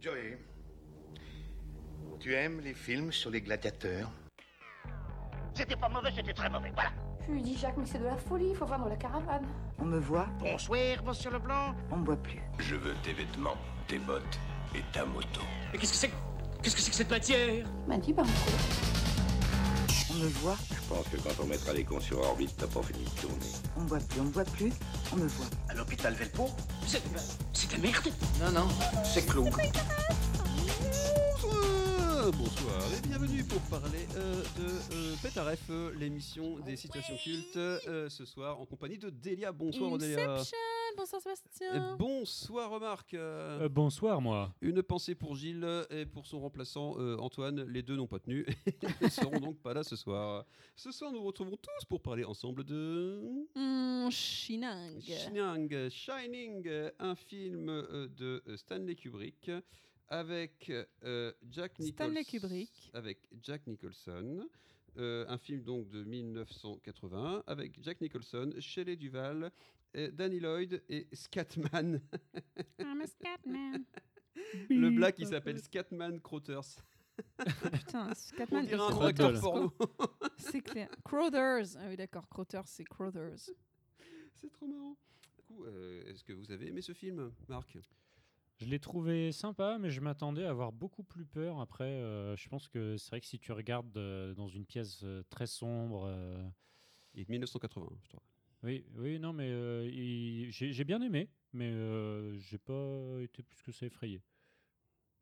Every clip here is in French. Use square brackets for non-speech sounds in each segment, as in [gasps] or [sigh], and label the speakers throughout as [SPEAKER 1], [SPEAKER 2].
[SPEAKER 1] Joey, tu aimes les films sur les gladiateurs
[SPEAKER 2] C'était pas mauvais, c'était très mauvais, voilà.
[SPEAKER 3] Je lui dis, Jacques, mais c'est de la folie, il faut vendre la caravane.
[SPEAKER 4] On me voit,
[SPEAKER 2] Bonsoir, monsieur Leblanc.
[SPEAKER 4] on me voit plus.
[SPEAKER 5] Je veux tes vêtements, tes bottes et ta moto.
[SPEAKER 6] Mais qu'est-ce que c'est que- Qu'est-ce que c'est que cette matière
[SPEAKER 3] Il m'a dit, ben, on
[SPEAKER 4] On me voit,
[SPEAKER 5] Je pense que quand on mettra les cons sur orbite, t'as pas fini de tourner.
[SPEAKER 4] on me voit plus, on me voit plus, on me voit.
[SPEAKER 2] À l'hôpital Velpo
[SPEAKER 6] C'est c'est de la merde Non, non.
[SPEAKER 5] C'est clou.
[SPEAKER 7] Bonsoir, bonsoir et bienvenue pour parler euh, de euh, Pétaref, euh, l'émission des situations cultes, euh, ce soir en compagnie de Delia. Bonsoir Delia.
[SPEAKER 8] Inception Bonsoir Sébastien
[SPEAKER 7] Et Bonsoir Remarque. euh,
[SPEAKER 9] Euh, bonsoir, moi.
[SPEAKER 7] Une pensée pour Gilles et pour son remplaçant euh, Antoine. Les deux n'ont pas tenu [laughs] et ne seront donc pas là ce soir. Ce soir, nous nous retrouvons tous pour parler ensemble de...
[SPEAKER 8] Mmh, Chinang
[SPEAKER 7] Shining, Shining, euh, un film euh, de euh, Stanley Kubrick avec euh, Jack Nicholson.
[SPEAKER 8] Stanley Kubrick.
[SPEAKER 7] Avec Jack Nicholson. Euh, un film donc de 1980 avec Jack Nicholson, Shelley Duval, euh, Danny Lloyd et Scatman.
[SPEAKER 8] I'm a Scatman
[SPEAKER 7] Le black qui s'appelle Scatman Crothers.
[SPEAKER 8] [laughs] Putain,
[SPEAKER 7] On
[SPEAKER 8] Scatman
[SPEAKER 7] dirait un
[SPEAKER 8] et
[SPEAKER 7] directeur
[SPEAKER 8] Crothers,
[SPEAKER 7] porno.
[SPEAKER 8] quoi. C'est clair. Crothers Ah oui d'accord, Crothers
[SPEAKER 7] [laughs]
[SPEAKER 8] c'est Crothers.
[SPEAKER 7] C'est trop marrant. Du coup, euh, Est-ce que vous avez aimé ce film, Marc
[SPEAKER 9] Je l'ai trouvé sympa, mais je m'attendais à avoir beaucoup plus peur. Après, euh, je pense que c'est vrai que si tu regardes euh, dans une pièce euh, très sombre. euh,
[SPEAKER 7] Il est de 1980, je te rappelle.
[SPEAKER 9] Oui, oui, non, mais euh, il- j'ai j'ai bien aimé, mais euh, j'ai pas été plus que ça effrayé.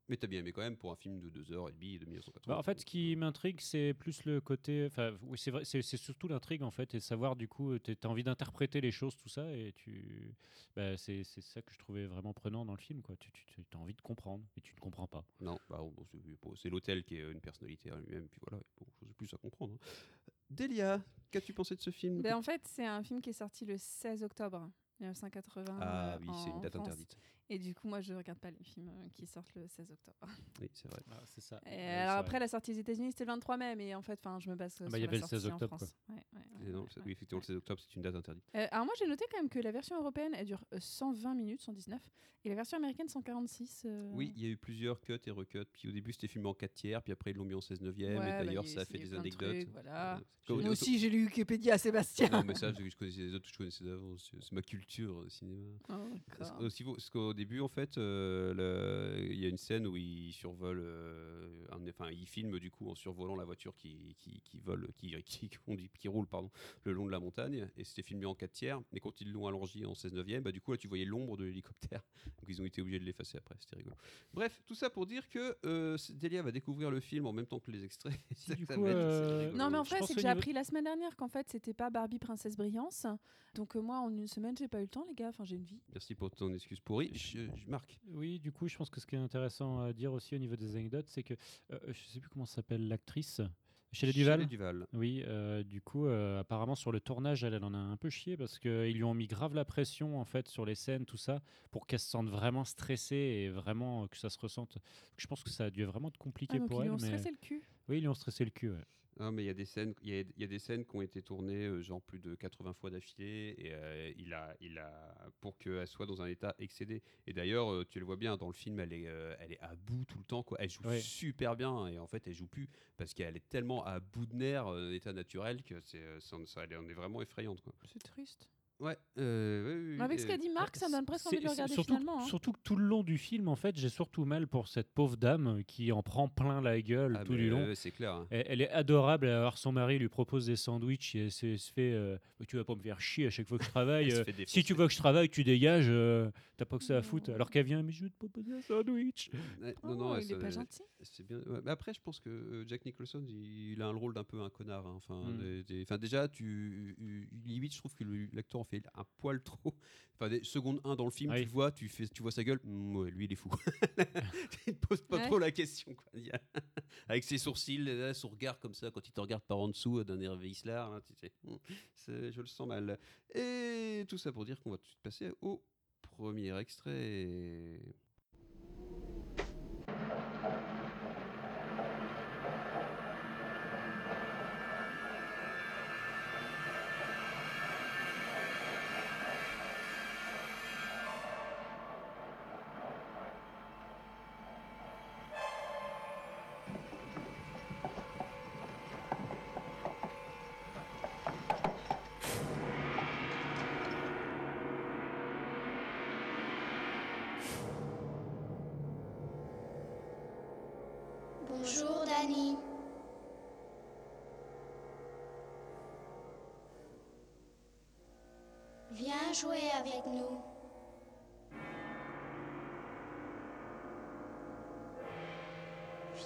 [SPEAKER 7] Mais t'as bien aimé quand même pour un film de 2h30 de 1980.
[SPEAKER 9] Bah, en fait, ce qui m'intrigue, c'est plus le côté. Enfin, oui, c'est vrai, c'est c'est surtout l'intrigue en fait, et savoir du coup, tu as envie d'interpréter les choses, tout ça, et tu. bah, c'est c'est ça que je trouvais vraiment prenant dans le film, quoi. Tu, as envie de comprendre, et tu ne comprends pas.
[SPEAKER 7] Non, bah, bon, c'est- bon, c'est l'hôtel qui est euh, une personnalité à lui-même, puis voilà, bon, chose de plus à comprendre. hein. Delia, qu'as-tu pensé de ce film
[SPEAKER 8] Ben, en fait c'est un film qui est sorti le 16 octobre 1980
[SPEAKER 7] Ah
[SPEAKER 8] euh,
[SPEAKER 7] oui,
[SPEAKER 8] en
[SPEAKER 7] c'est une date
[SPEAKER 8] France.
[SPEAKER 7] interdite.
[SPEAKER 8] Et du coup moi je regarde pas les films euh, qui sortent le 16 octobre.
[SPEAKER 7] Oui, c'est Ah vrai.
[SPEAKER 9] Ah, c'est ça.
[SPEAKER 8] Et alors après la sortie aux états unis c'était le 23 mai mais en fait enfin, je me base euh,
[SPEAKER 9] bah,
[SPEAKER 8] sur
[SPEAKER 9] il y
[SPEAKER 8] la
[SPEAKER 9] avait le
[SPEAKER 8] sortie
[SPEAKER 9] 16
[SPEAKER 8] en
[SPEAKER 9] octobre,
[SPEAKER 8] France. Ouais, ouais, ouais,
[SPEAKER 7] Et non,
[SPEAKER 8] ouais,
[SPEAKER 7] c'est-
[SPEAKER 8] ouais.
[SPEAKER 7] oui, effectivement, le 16 octobre, c'est une date interdite.
[SPEAKER 8] Euh, alors moi j'ai noté quand même que la version européenne elle dure euh, 120 minutes, 119, et la version américaine 146. euh,
[SPEAKER 7] Oui, il y a eu plusieurs cuts et recuts. Puis au début, c'était filmé en 4 tiers, puis après, ils l'ont mis en 16 neuvième.
[SPEAKER 8] Ouais, bah,
[SPEAKER 7] et d'ailleurs,
[SPEAKER 8] il y a
[SPEAKER 7] ça a
[SPEAKER 8] essayé
[SPEAKER 7] fait des
[SPEAKER 8] plein
[SPEAKER 7] anecdotes.
[SPEAKER 8] de
[SPEAKER 7] Euh,
[SPEAKER 8] trucs, voilà.
[SPEAKER 7] Comme-
[SPEAKER 8] Moi
[SPEAKER 7] comme-
[SPEAKER 8] aussi j'ai lu Wikipédia, Sébastien.
[SPEAKER 7] Non, mais ça, je, je connaissais les autres, je connaissais d'avance. C'est c'est ma culture euh, cinéma.
[SPEAKER 8] Oh,
[SPEAKER 7] Parce
[SPEAKER 8] d'accord.
[SPEAKER 7] que- aussi, vous- parce qu'au début, en fait, euh, le- il y a une scène où il survole, euh, un- enfin, il filme du coup en survolant la voiture qui, qui, qui vole, qui, qui, [laughs] conduit- qui roule pardon, le long de la montagne. Et c'était filmé en 4 tiers. Mais quand ils l'ont allongé en 16 neuvième, bah, du coup, là, tu voyais l'ombre de l'hélicoptère. [laughs] Donc, ils ont été obligés de l'effacer après. C'était rigolo. Bref, tout ça pour dire que euh, Delia va découvrir le film en même temps que les extraits. [laughs] Ça,
[SPEAKER 9] du
[SPEAKER 7] ça
[SPEAKER 9] coup,
[SPEAKER 7] va être- c'est
[SPEAKER 9] euh,
[SPEAKER 7] rigolo.
[SPEAKER 8] Non mais en
[SPEAKER 9] Je
[SPEAKER 8] fait
[SPEAKER 9] pense
[SPEAKER 8] c'est
[SPEAKER 9] au
[SPEAKER 8] que j'ai
[SPEAKER 9] niveau-
[SPEAKER 8] appris la semaine dernière qu'en fait c'était pas Barbie princesse brillance. Donc euh, moi en une semaine j'ai pas eu le temps les gars, enfin j'ai une vie.
[SPEAKER 7] Merci pour ton excuse pourrie. Je, je marque.
[SPEAKER 9] Oui, du coup, je pense que ce qui est intéressant à dire aussi au niveau des anecdotes, c'est que euh, je sais plus comment s'appelle l'actrice. Shelley Duval.
[SPEAKER 7] Shelley Duval.
[SPEAKER 9] Oui, euh, du coup, euh, apparemment sur le tournage, elle, elle en a un peu chié parce qu'ils lui ont mis grave la pression en fait sur les scènes, tout ça, pour qu'elle se sente vraiment stressée et vraiment euh, que ça se ressente. Donc, je pense que ça a dû vraiment être compliqué
[SPEAKER 8] Ah, donc
[SPEAKER 9] pour
[SPEAKER 8] ils lui
[SPEAKER 9] elle.
[SPEAKER 8] ont
[SPEAKER 9] mais-
[SPEAKER 8] stressé le cul.
[SPEAKER 9] Oui, ils lui ont stressé le cul. ouais.
[SPEAKER 7] Non, mais il y a des scènes, il y a, il y a des scènes qui ont été tournées euh, genre plus de 80 fois d'affilée et euh, il a, il a, pour qu'elle soit dans un état excédé. Et d'ailleurs, euh, tu le vois bien dans le film, elle est, euh, elle est à bout tout le temps quoi. Elle joue
[SPEAKER 9] Ouais.
[SPEAKER 7] super bien et en fait elle joue plus parce qu'elle est tellement à bout de nerfs, euh, en état naturel que c'est, euh, ça, ça- elle est- on est vraiment effrayante quoi.
[SPEAKER 8] C'est triste.
[SPEAKER 7] Ouais. euh, oui, oui,
[SPEAKER 8] Mais avec ce
[SPEAKER 7] euh,
[SPEAKER 8] qu'a dit Marc, ça me donne presque envie de le
[SPEAKER 9] C'est-
[SPEAKER 8] regarder
[SPEAKER 9] surtout,
[SPEAKER 8] finalement. hein.
[SPEAKER 9] Surtout que tout le long du film, en fait, j'ai surtout mal pour cette pauvre dame qui en prend plein la gueule
[SPEAKER 7] ah,
[SPEAKER 9] tout
[SPEAKER 7] mais,
[SPEAKER 9] du long.
[SPEAKER 7] euh, c'est clair. hein.
[SPEAKER 9] Elle, elle est adorable. Alors son mari lui propose des sandwichs et elle se, se fait. euh, tu vas pas me faire chier à chaque fois que je travaille.
[SPEAKER 7] Elle se
[SPEAKER 9] euh,
[SPEAKER 7] fait défoncer.
[SPEAKER 9] si tu veux que je travaille, tu dégages. euh, T'as pas que ça à foutre. Alors qu'elle vient, mais je vais te proposer un sandwich.
[SPEAKER 7] Ouais,
[SPEAKER 8] Oh,
[SPEAKER 7] elle
[SPEAKER 8] il est
[SPEAKER 7] se- [laughs]
[SPEAKER 8] pas gentil.
[SPEAKER 7] C'est bien. ouais, mais après, je pense que euh, Jack Nicholson, il, il a un rôle d'un peu un connard. hein. Enfin,
[SPEAKER 9] Mm.
[SPEAKER 7] des- des- enfin, déjà, tu, euh, limite, je trouve que le- l'acteur en fait un poil trop. Enfin, des, seconde 1 dans le film,
[SPEAKER 9] Ah
[SPEAKER 7] tu
[SPEAKER 9] oui.
[SPEAKER 7] le vois, tu fais, tu vois sa gueule. Mm, ouais, lui, il est fou.
[SPEAKER 9] [laughs]
[SPEAKER 7] il ne pose pas
[SPEAKER 8] Ouais.
[SPEAKER 7] trop la question. quoi. Il y a- Avec ses sourcils, là, son regard comme ça, quand il te regarde par en dessous euh, d'un air vicelard, hein, tu sais, mm, c'est- je le sens mal. Et tout ça pour dire qu'on va tout de suite passer au premier extrait. [laughs]
[SPEAKER 10] Jordanie. Viens jouer avec nous.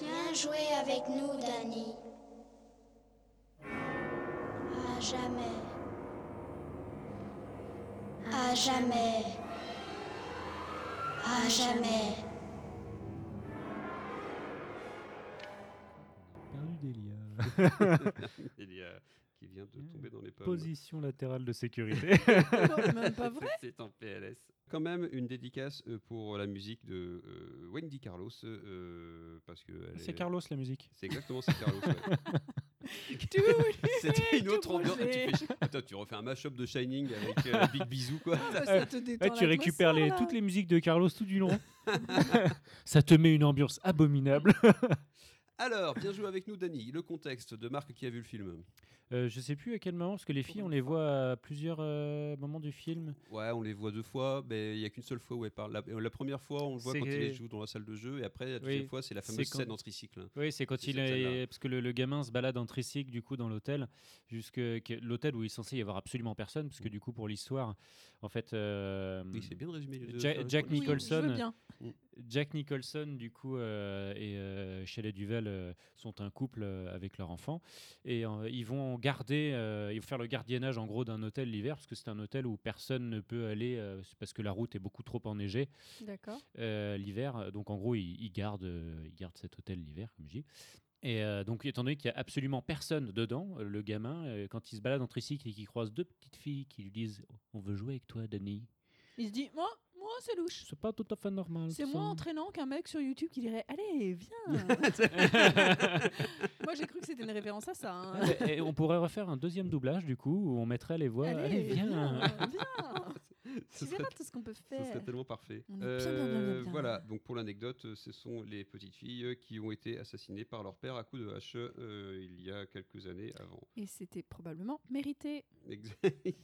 [SPEAKER 10] Viens jouer avec nous, Dani. À jamais. À jamais. À jamais.
[SPEAKER 9] Perdu des
[SPEAKER 7] [laughs]
[SPEAKER 9] liens.
[SPEAKER 7] Il y a- qui vient de tomber dans les pommes.
[SPEAKER 9] Position latérale de sécurité.
[SPEAKER 8] Non, [laughs] c'est même pas vrai.
[SPEAKER 7] C'est en PLS. Quand même, une dédicace euh, pour la musique de euh, Wendy Carlos. euh, parce que elle
[SPEAKER 9] C'est
[SPEAKER 7] est-
[SPEAKER 9] Carlos la musique.
[SPEAKER 7] C'est exactement c'est Carlos.
[SPEAKER 9] [laughs]
[SPEAKER 7] ouais.
[SPEAKER 8] Tout
[SPEAKER 7] C'était une
[SPEAKER 8] tout
[SPEAKER 7] autre ambiance. Tu,
[SPEAKER 8] brûlé.
[SPEAKER 7] fais- Attends, tu refais un mashup de Shining avec euh, Big Bisou, quoi.
[SPEAKER 8] Ah, ça te détend
[SPEAKER 9] tu récupères les,
[SPEAKER 8] l'atmosphère, là.
[SPEAKER 9] toutes les musiques de Carlos tout du long. [laughs] Ça te met une ambiance abominable.
[SPEAKER 7] Alors, bien joué avec nous, Dani. Le contexte de Marc qui a vu le film.
[SPEAKER 9] Euh, je sais plus à quel moment, parce que les filles, on les voit à plusieurs euh, moments du film.
[SPEAKER 7] Ouais, on les voit deux fois, mais il y a qu'une seule fois où elle parle. La, euh, la première fois, on le voit
[SPEAKER 9] C'est-
[SPEAKER 7] quand il les joue dans la salle de jeu, et après, la deuxième
[SPEAKER 9] Oui,
[SPEAKER 7] fois, c'est la
[SPEAKER 9] c'est
[SPEAKER 7] fameuse
[SPEAKER 9] quand-
[SPEAKER 7] scène en tricycle. hein.
[SPEAKER 9] Oui, c'est quand
[SPEAKER 7] C'est
[SPEAKER 9] il
[SPEAKER 7] cette
[SPEAKER 9] est.
[SPEAKER 7] scène-là.
[SPEAKER 9] Parce que le, le gamin se balade en tricycle, du coup, dans l'hôtel, jusque que- l'hôtel où il est censé y avoir absolument personne, parce que du coup, pour l'histoire, en fait. euh,
[SPEAKER 7] Mm. Oui, c'est bien résumé. euh, de
[SPEAKER 9] Ja-
[SPEAKER 7] faire une
[SPEAKER 9] Jack
[SPEAKER 7] production.
[SPEAKER 8] Oui,
[SPEAKER 9] Nicholson.
[SPEAKER 8] Je veux bien.
[SPEAKER 9] Jack Nicholson, du coup, euh, et euh, Shelley Duval euh, sont un couple euh, avec leur enfant. Et euh, ils vont garder, euh, ils vont faire le gardiennage, en gros, d'un hôtel l'hiver, parce que c'est un hôtel où personne ne peut aller, euh, c'est parce que la route est beaucoup trop enneigée
[SPEAKER 8] D'accord.
[SPEAKER 9] euh, l'hiver. Donc, en gros, ils, ils gardent, euh, ils gardent cet hôtel l'hiver, comme je dis. Et euh, donc, étant donné qu'il n'y a absolument personne dedans, euh, le gamin, euh, quand il se balade en tricycle et qu'il croise deux petites filles qui lui disent « On veut jouer avec toi, Danny
[SPEAKER 8] Il se dit, moi, moi, c'est », louche.
[SPEAKER 9] c'est pas tout à fait normal.
[SPEAKER 8] C'est hein.
[SPEAKER 9] ça.
[SPEAKER 8] moins entraînant qu'un mec sur YouTube qui dirait Allez, viens [laughs] Moi j'ai cru que c'était une référence à ça. hein.
[SPEAKER 9] Ah, mais, eh, on pourrait refaire un deuxième doublage du coup où on mettrait les voix. Allez, viens. Ah,
[SPEAKER 8] viens.
[SPEAKER 7] Ce
[SPEAKER 8] Tu
[SPEAKER 7] serait-
[SPEAKER 8] verras tout [laughs] ce qu'on peut
[SPEAKER 7] Ce serait
[SPEAKER 8] faire.
[SPEAKER 7] tellement parfait.
[SPEAKER 8] On est bien, bien, bien, bien,
[SPEAKER 7] Euh,
[SPEAKER 8] bien.
[SPEAKER 7] Voilà, donc pour l'anecdote, euh, ce sont les petites filles euh, qui ont été assassinées par leur père à coups de hache euh, il y a quelques années avant. [laughs]
[SPEAKER 8] Et c'était probablement mérité.
[SPEAKER 7] Ex-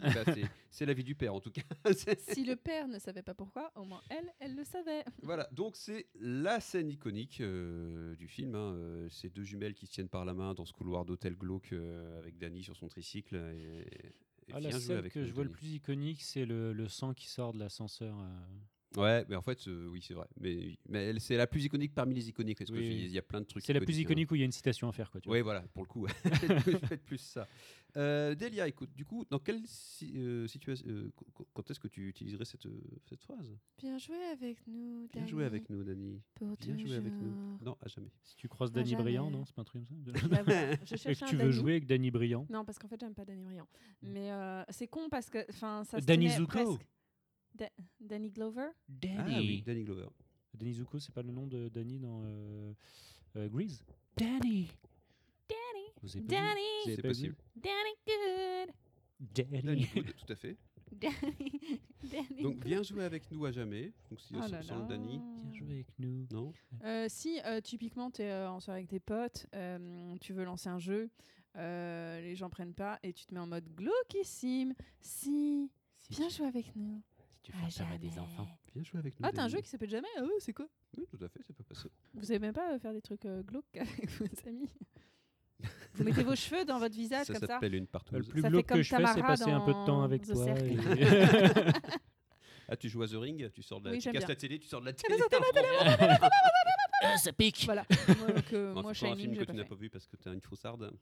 [SPEAKER 7] Bah, c'est- c'est la vie du père en tout cas. [laughs] C'est-
[SPEAKER 8] Si le père ne savait pas pourquoi, au moins elle, elle le savait.
[SPEAKER 7] voilà, donc c'est la scène iconique euh, du film. hein, euh, ces deux jumelles qui se tiennent par la main dans ce couloir d'hôtel glauque euh, avec Danny sur son tricycle. Et, et
[SPEAKER 9] Ah, la
[SPEAKER 7] viens jouer
[SPEAKER 9] scène
[SPEAKER 7] avec
[SPEAKER 9] que
[SPEAKER 7] nous,
[SPEAKER 9] je vois le
[SPEAKER 7] Danny.
[SPEAKER 9] plus iconique, c'est le, le sang qui sort de l'ascenseur. euh.
[SPEAKER 7] Ouais, mais en fait, euh, oui, c'est vrai. Mais, mais elle- c'est la plus iconique parmi les iconiques. parce que
[SPEAKER 9] Oui,
[SPEAKER 7] je-
[SPEAKER 9] oui.
[SPEAKER 7] Il y a plein de trucs.
[SPEAKER 9] C'est la plus
[SPEAKER 7] hein.
[SPEAKER 9] iconique où il y a une citation à faire quoi. Tu
[SPEAKER 7] Oui, voilà, pour le coup, [laughs] faites plus ça. Euh, Delia, écoute, du coup, dans quelle euh, situation, quand est-ce que tu utiliserais cette, euh, cette phrase
[SPEAKER 8] Viens jouer avec nous.
[SPEAKER 7] Bien joué avec nous, Dani. Bien joué avec
[SPEAKER 8] [laughs]
[SPEAKER 7] nous. Non, à jamais.
[SPEAKER 9] vois. Si tu croises
[SPEAKER 8] Ah,
[SPEAKER 9] Danny
[SPEAKER 8] jamais.
[SPEAKER 9] Briand, non, c'est pas un truc comme ça.
[SPEAKER 8] Bah je
[SPEAKER 9] [laughs] Et
[SPEAKER 8] cherche
[SPEAKER 9] que
[SPEAKER 8] un
[SPEAKER 9] tu veux
[SPEAKER 8] Danny.
[SPEAKER 9] jouer avec Danny Briand.
[SPEAKER 8] Non, parce qu'en fait, j'aime pas Danny Briand. Mais euh, c'est con parce que. Enfin, ça se
[SPEAKER 9] Danny
[SPEAKER 8] tenait
[SPEAKER 9] Zuko.
[SPEAKER 8] presque. Da- Danny Glover
[SPEAKER 9] Danny.
[SPEAKER 7] Ah oui, Danny Glover.
[SPEAKER 9] Danny Zuko, c'est pas le nom de Danny dans euh, euh, Grease. Danny. Danny. Vous avez pas vu
[SPEAKER 8] Danny.
[SPEAKER 9] Vous avez
[SPEAKER 7] C'est
[SPEAKER 9] pas vu
[SPEAKER 7] possible.
[SPEAKER 8] Danny Good
[SPEAKER 7] Danny
[SPEAKER 9] Danny.
[SPEAKER 7] Good, tout à
[SPEAKER 8] [laughs]
[SPEAKER 7] fait.
[SPEAKER 8] Danny, Danny
[SPEAKER 7] Donc,
[SPEAKER 8] Good.
[SPEAKER 7] bien joué avec nous à jamais. Donc, si
[SPEAKER 8] Oh
[SPEAKER 7] sans-
[SPEAKER 8] là
[SPEAKER 7] sans le
[SPEAKER 8] là.
[SPEAKER 7] Danny.
[SPEAKER 9] Viens jouer avec nous.
[SPEAKER 7] Non
[SPEAKER 8] Euh, si euh, typiquement tu es en soirée avec tes potes, euh, tu veux lancer un jeu, euh, les gens prennent pas et tu te mets en mode glauquissime. Si, viens jouer avec nous.
[SPEAKER 9] Si tu
[SPEAKER 8] Ah,
[SPEAKER 9] fais peur à des
[SPEAKER 8] jamais.
[SPEAKER 9] enfants.
[SPEAKER 7] Bien joué avec nous.
[SPEAKER 8] Ah, t'as un
[SPEAKER 7] Danny.
[SPEAKER 8] jeu qui s'appelle jamais Ah ouais, c'est quoi
[SPEAKER 7] Oui, tout à fait, ça peut passer.
[SPEAKER 8] Vous savez même pas euh, faire des trucs euh, glauques [laughs] avec vos amis Vous mettez vos cheveux dans votre visage
[SPEAKER 7] ça
[SPEAKER 8] comme ça.
[SPEAKER 7] s'appelle une
[SPEAKER 9] Euh, Le
[SPEAKER 7] partouze.
[SPEAKER 9] plus
[SPEAKER 8] Ça fait
[SPEAKER 9] glauque
[SPEAKER 8] comme
[SPEAKER 9] que je fais, c'est
[SPEAKER 8] Tamara
[SPEAKER 9] passer un peu de temps
[SPEAKER 8] dans
[SPEAKER 9] avec
[SPEAKER 8] The
[SPEAKER 9] toi.
[SPEAKER 8] Circle. [laughs]
[SPEAKER 9] et-
[SPEAKER 7] Ah, tu joues à The Ring Tu sors de la.
[SPEAKER 8] Oui,
[SPEAKER 7] tu
[SPEAKER 8] j'aime
[SPEAKER 7] casses
[SPEAKER 8] bien.
[SPEAKER 7] la télé, tu sors
[SPEAKER 8] [laughs]
[SPEAKER 7] de la télé.
[SPEAKER 6] Ah, ça pique
[SPEAKER 8] Voilà. Moi, donc, euh,
[SPEAKER 7] Enfin,
[SPEAKER 8] moi
[SPEAKER 7] c'est pas un
[SPEAKER 8] Shining,
[SPEAKER 7] film que tu
[SPEAKER 8] j'ai pas
[SPEAKER 7] n'as
[SPEAKER 8] fait.
[SPEAKER 7] pas vu parce que t'es une faussarde.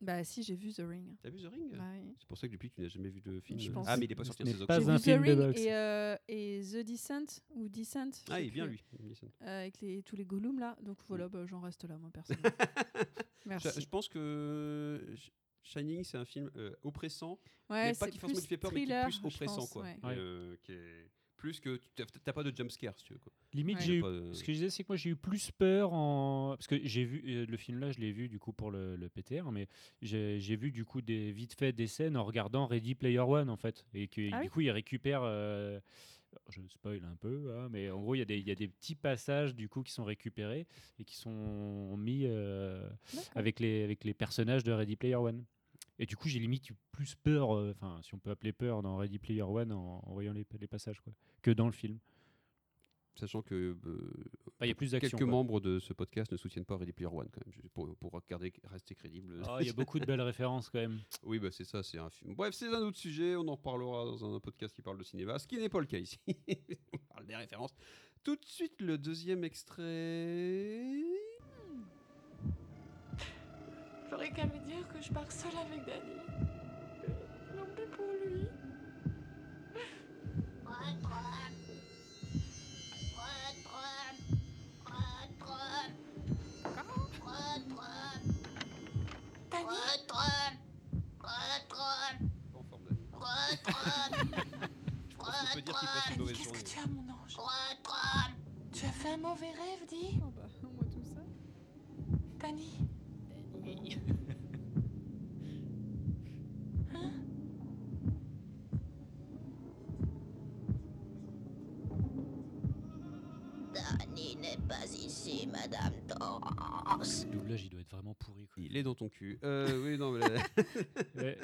[SPEAKER 8] Bah si, j'ai vu The Ring.
[SPEAKER 7] T'as vu The Ring
[SPEAKER 8] Ouais.
[SPEAKER 7] C'est pour ça que depuis tu n'as jamais vu de film.
[SPEAKER 8] Je
[SPEAKER 7] euh,
[SPEAKER 8] pense.
[SPEAKER 7] Ah mais il n'est pas sorti en
[SPEAKER 9] Ce n'est
[SPEAKER 7] saison.
[SPEAKER 9] pas
[SPEAKER 8] J'ai
[SPEAKER 9] un
[SPEAKER 8] vu The
[SPEAKER 9] film de
[SPEAKER 8] Ring
[SPEAKER 9] boxe.
[SPEAKER 8] et, euh, et The Descent ou Descent. je
[SPEAKER 7] Ah
[SPEAKER 8] sais
[SPEAKER 7] il est bien
[SPEAKER 8] plus.
[SPEAKER 7] lui. Il est bien.
[SPEAKER 8] euh, avec les, tous les golems là. Donc voilà, bah, j'en reste là, moi, personne.
[SPEAKER 7] [laughs]
[SPEAKER 8] Merci.
[SPEAKER 7] Mm. Je, je pense que euh, Sh- Shining c'est un film euh, oppressant,
[SPEAKER 8] Ouais,
[SPEAKER 7] mais pas
[SPEAKER 8] c'est
[SPEAKER 7] qui forcément
[SPEAKER 8] plus
[SPEAKER 7] qui fait peur,
[SPEAKER 8] thriller,
[SPEAKER 7] mais qui est plus
[SPEAKER 8] je
[SPEAKER 7] oppressant
[SPEAKER 8] pense,
[SPEAKER 7] quoi.
[SPEAKER 8] ouais.
[SPEAKER 9] Ouais.
[SPEAKER 7] Euh, qui est plus que tu- t'as- t'as pas de jump scare si tu veux quoi.
[SPEAKER 9] Limite,
[SPEAKER 8] Ouais.
[SPEAKER 9] j'ai eu.
[SPEAKER 7] Pas de-
[SPEAKER 9] Ce que je disais, c'est que moi j'ai eu plus peur en. Parce que j'ai vu. euh, le film là, je l'ai vu du coup pour le, le PTR, mais j'ai j'ai vu du coup des, vite fait des scènes en regardant Ready Player One en fait. Et que
[SPEAKER 8] Ah
[SPEAKER 9] du
[SPEAKER 8] oui
[SPEAKER 9] coup, il récupère. euh, Je spoil un peu, hein, mais en gros, il y, a des- il y a des petits passages du coup qui sont récupérés et qui sont mis. euh,
[SPEAKER 8] D'accord.
[SPEAKER 9] avec les, avec les personnages de Ready Player One. Et du coup, j'ai limite eu plus peur, euh, enfin, si on peut appeler peur dans Ready Player One en, en voyant les, les passages, quoi, que dans le film.
[SPEAKER 7] Sachant que euh,
[SPEAKER 9] Bah, Il y a plus d'action.
[SPEAKER 7] Quelques
[SPEAKER 9] quoi.
[SPEAKER 7] membres de ce podcast ne soutiennent pas Ready Player One quand même, juste pour, pour garder- rester crédible.
[SPEAKER 9] Ah,
[SPEAKER 7] [laughs]
[SPEAKER 9] Il y a beaucoup de
[SPEAKER 8] [laughs]
[SPEAKER 9] belles références quand même.
[SPEAKER 7] Oui, bah c'est ça, c'est un film. Bref, c'est un autre sujet, on en reparlera dans un podcast qui parle de cinéma, ce qui n'est pas le cas ici. [laughs] on parle des références. Tout de suite, le deuxième extrait.
[SPEAKER 3] J'aurais qu'à lui dire que je pars seule avec Danny. Non plus pour lui.
[SPEAKER 7] Pas en forme d'année. Je pense qu'on peut dire qu'il passe une mauvaise journée.
[SPEAKER 3] as, mon ange Tu as fait un mauvais rêve, dis
[SPEAKER 8] Oh bah, au moins tout ça.
[SPEAKER 3] Danny
[SPEAKER 10] Danny n'est pas ici, Madame Torrance.
[SPEAKER 9] Le doublage, il doit être vraiment pourri. quoi.
[SPEAKER 7] Il est dans ton cul. Euh, oui, non, mais là-
[SPEAKER 9] Ouais.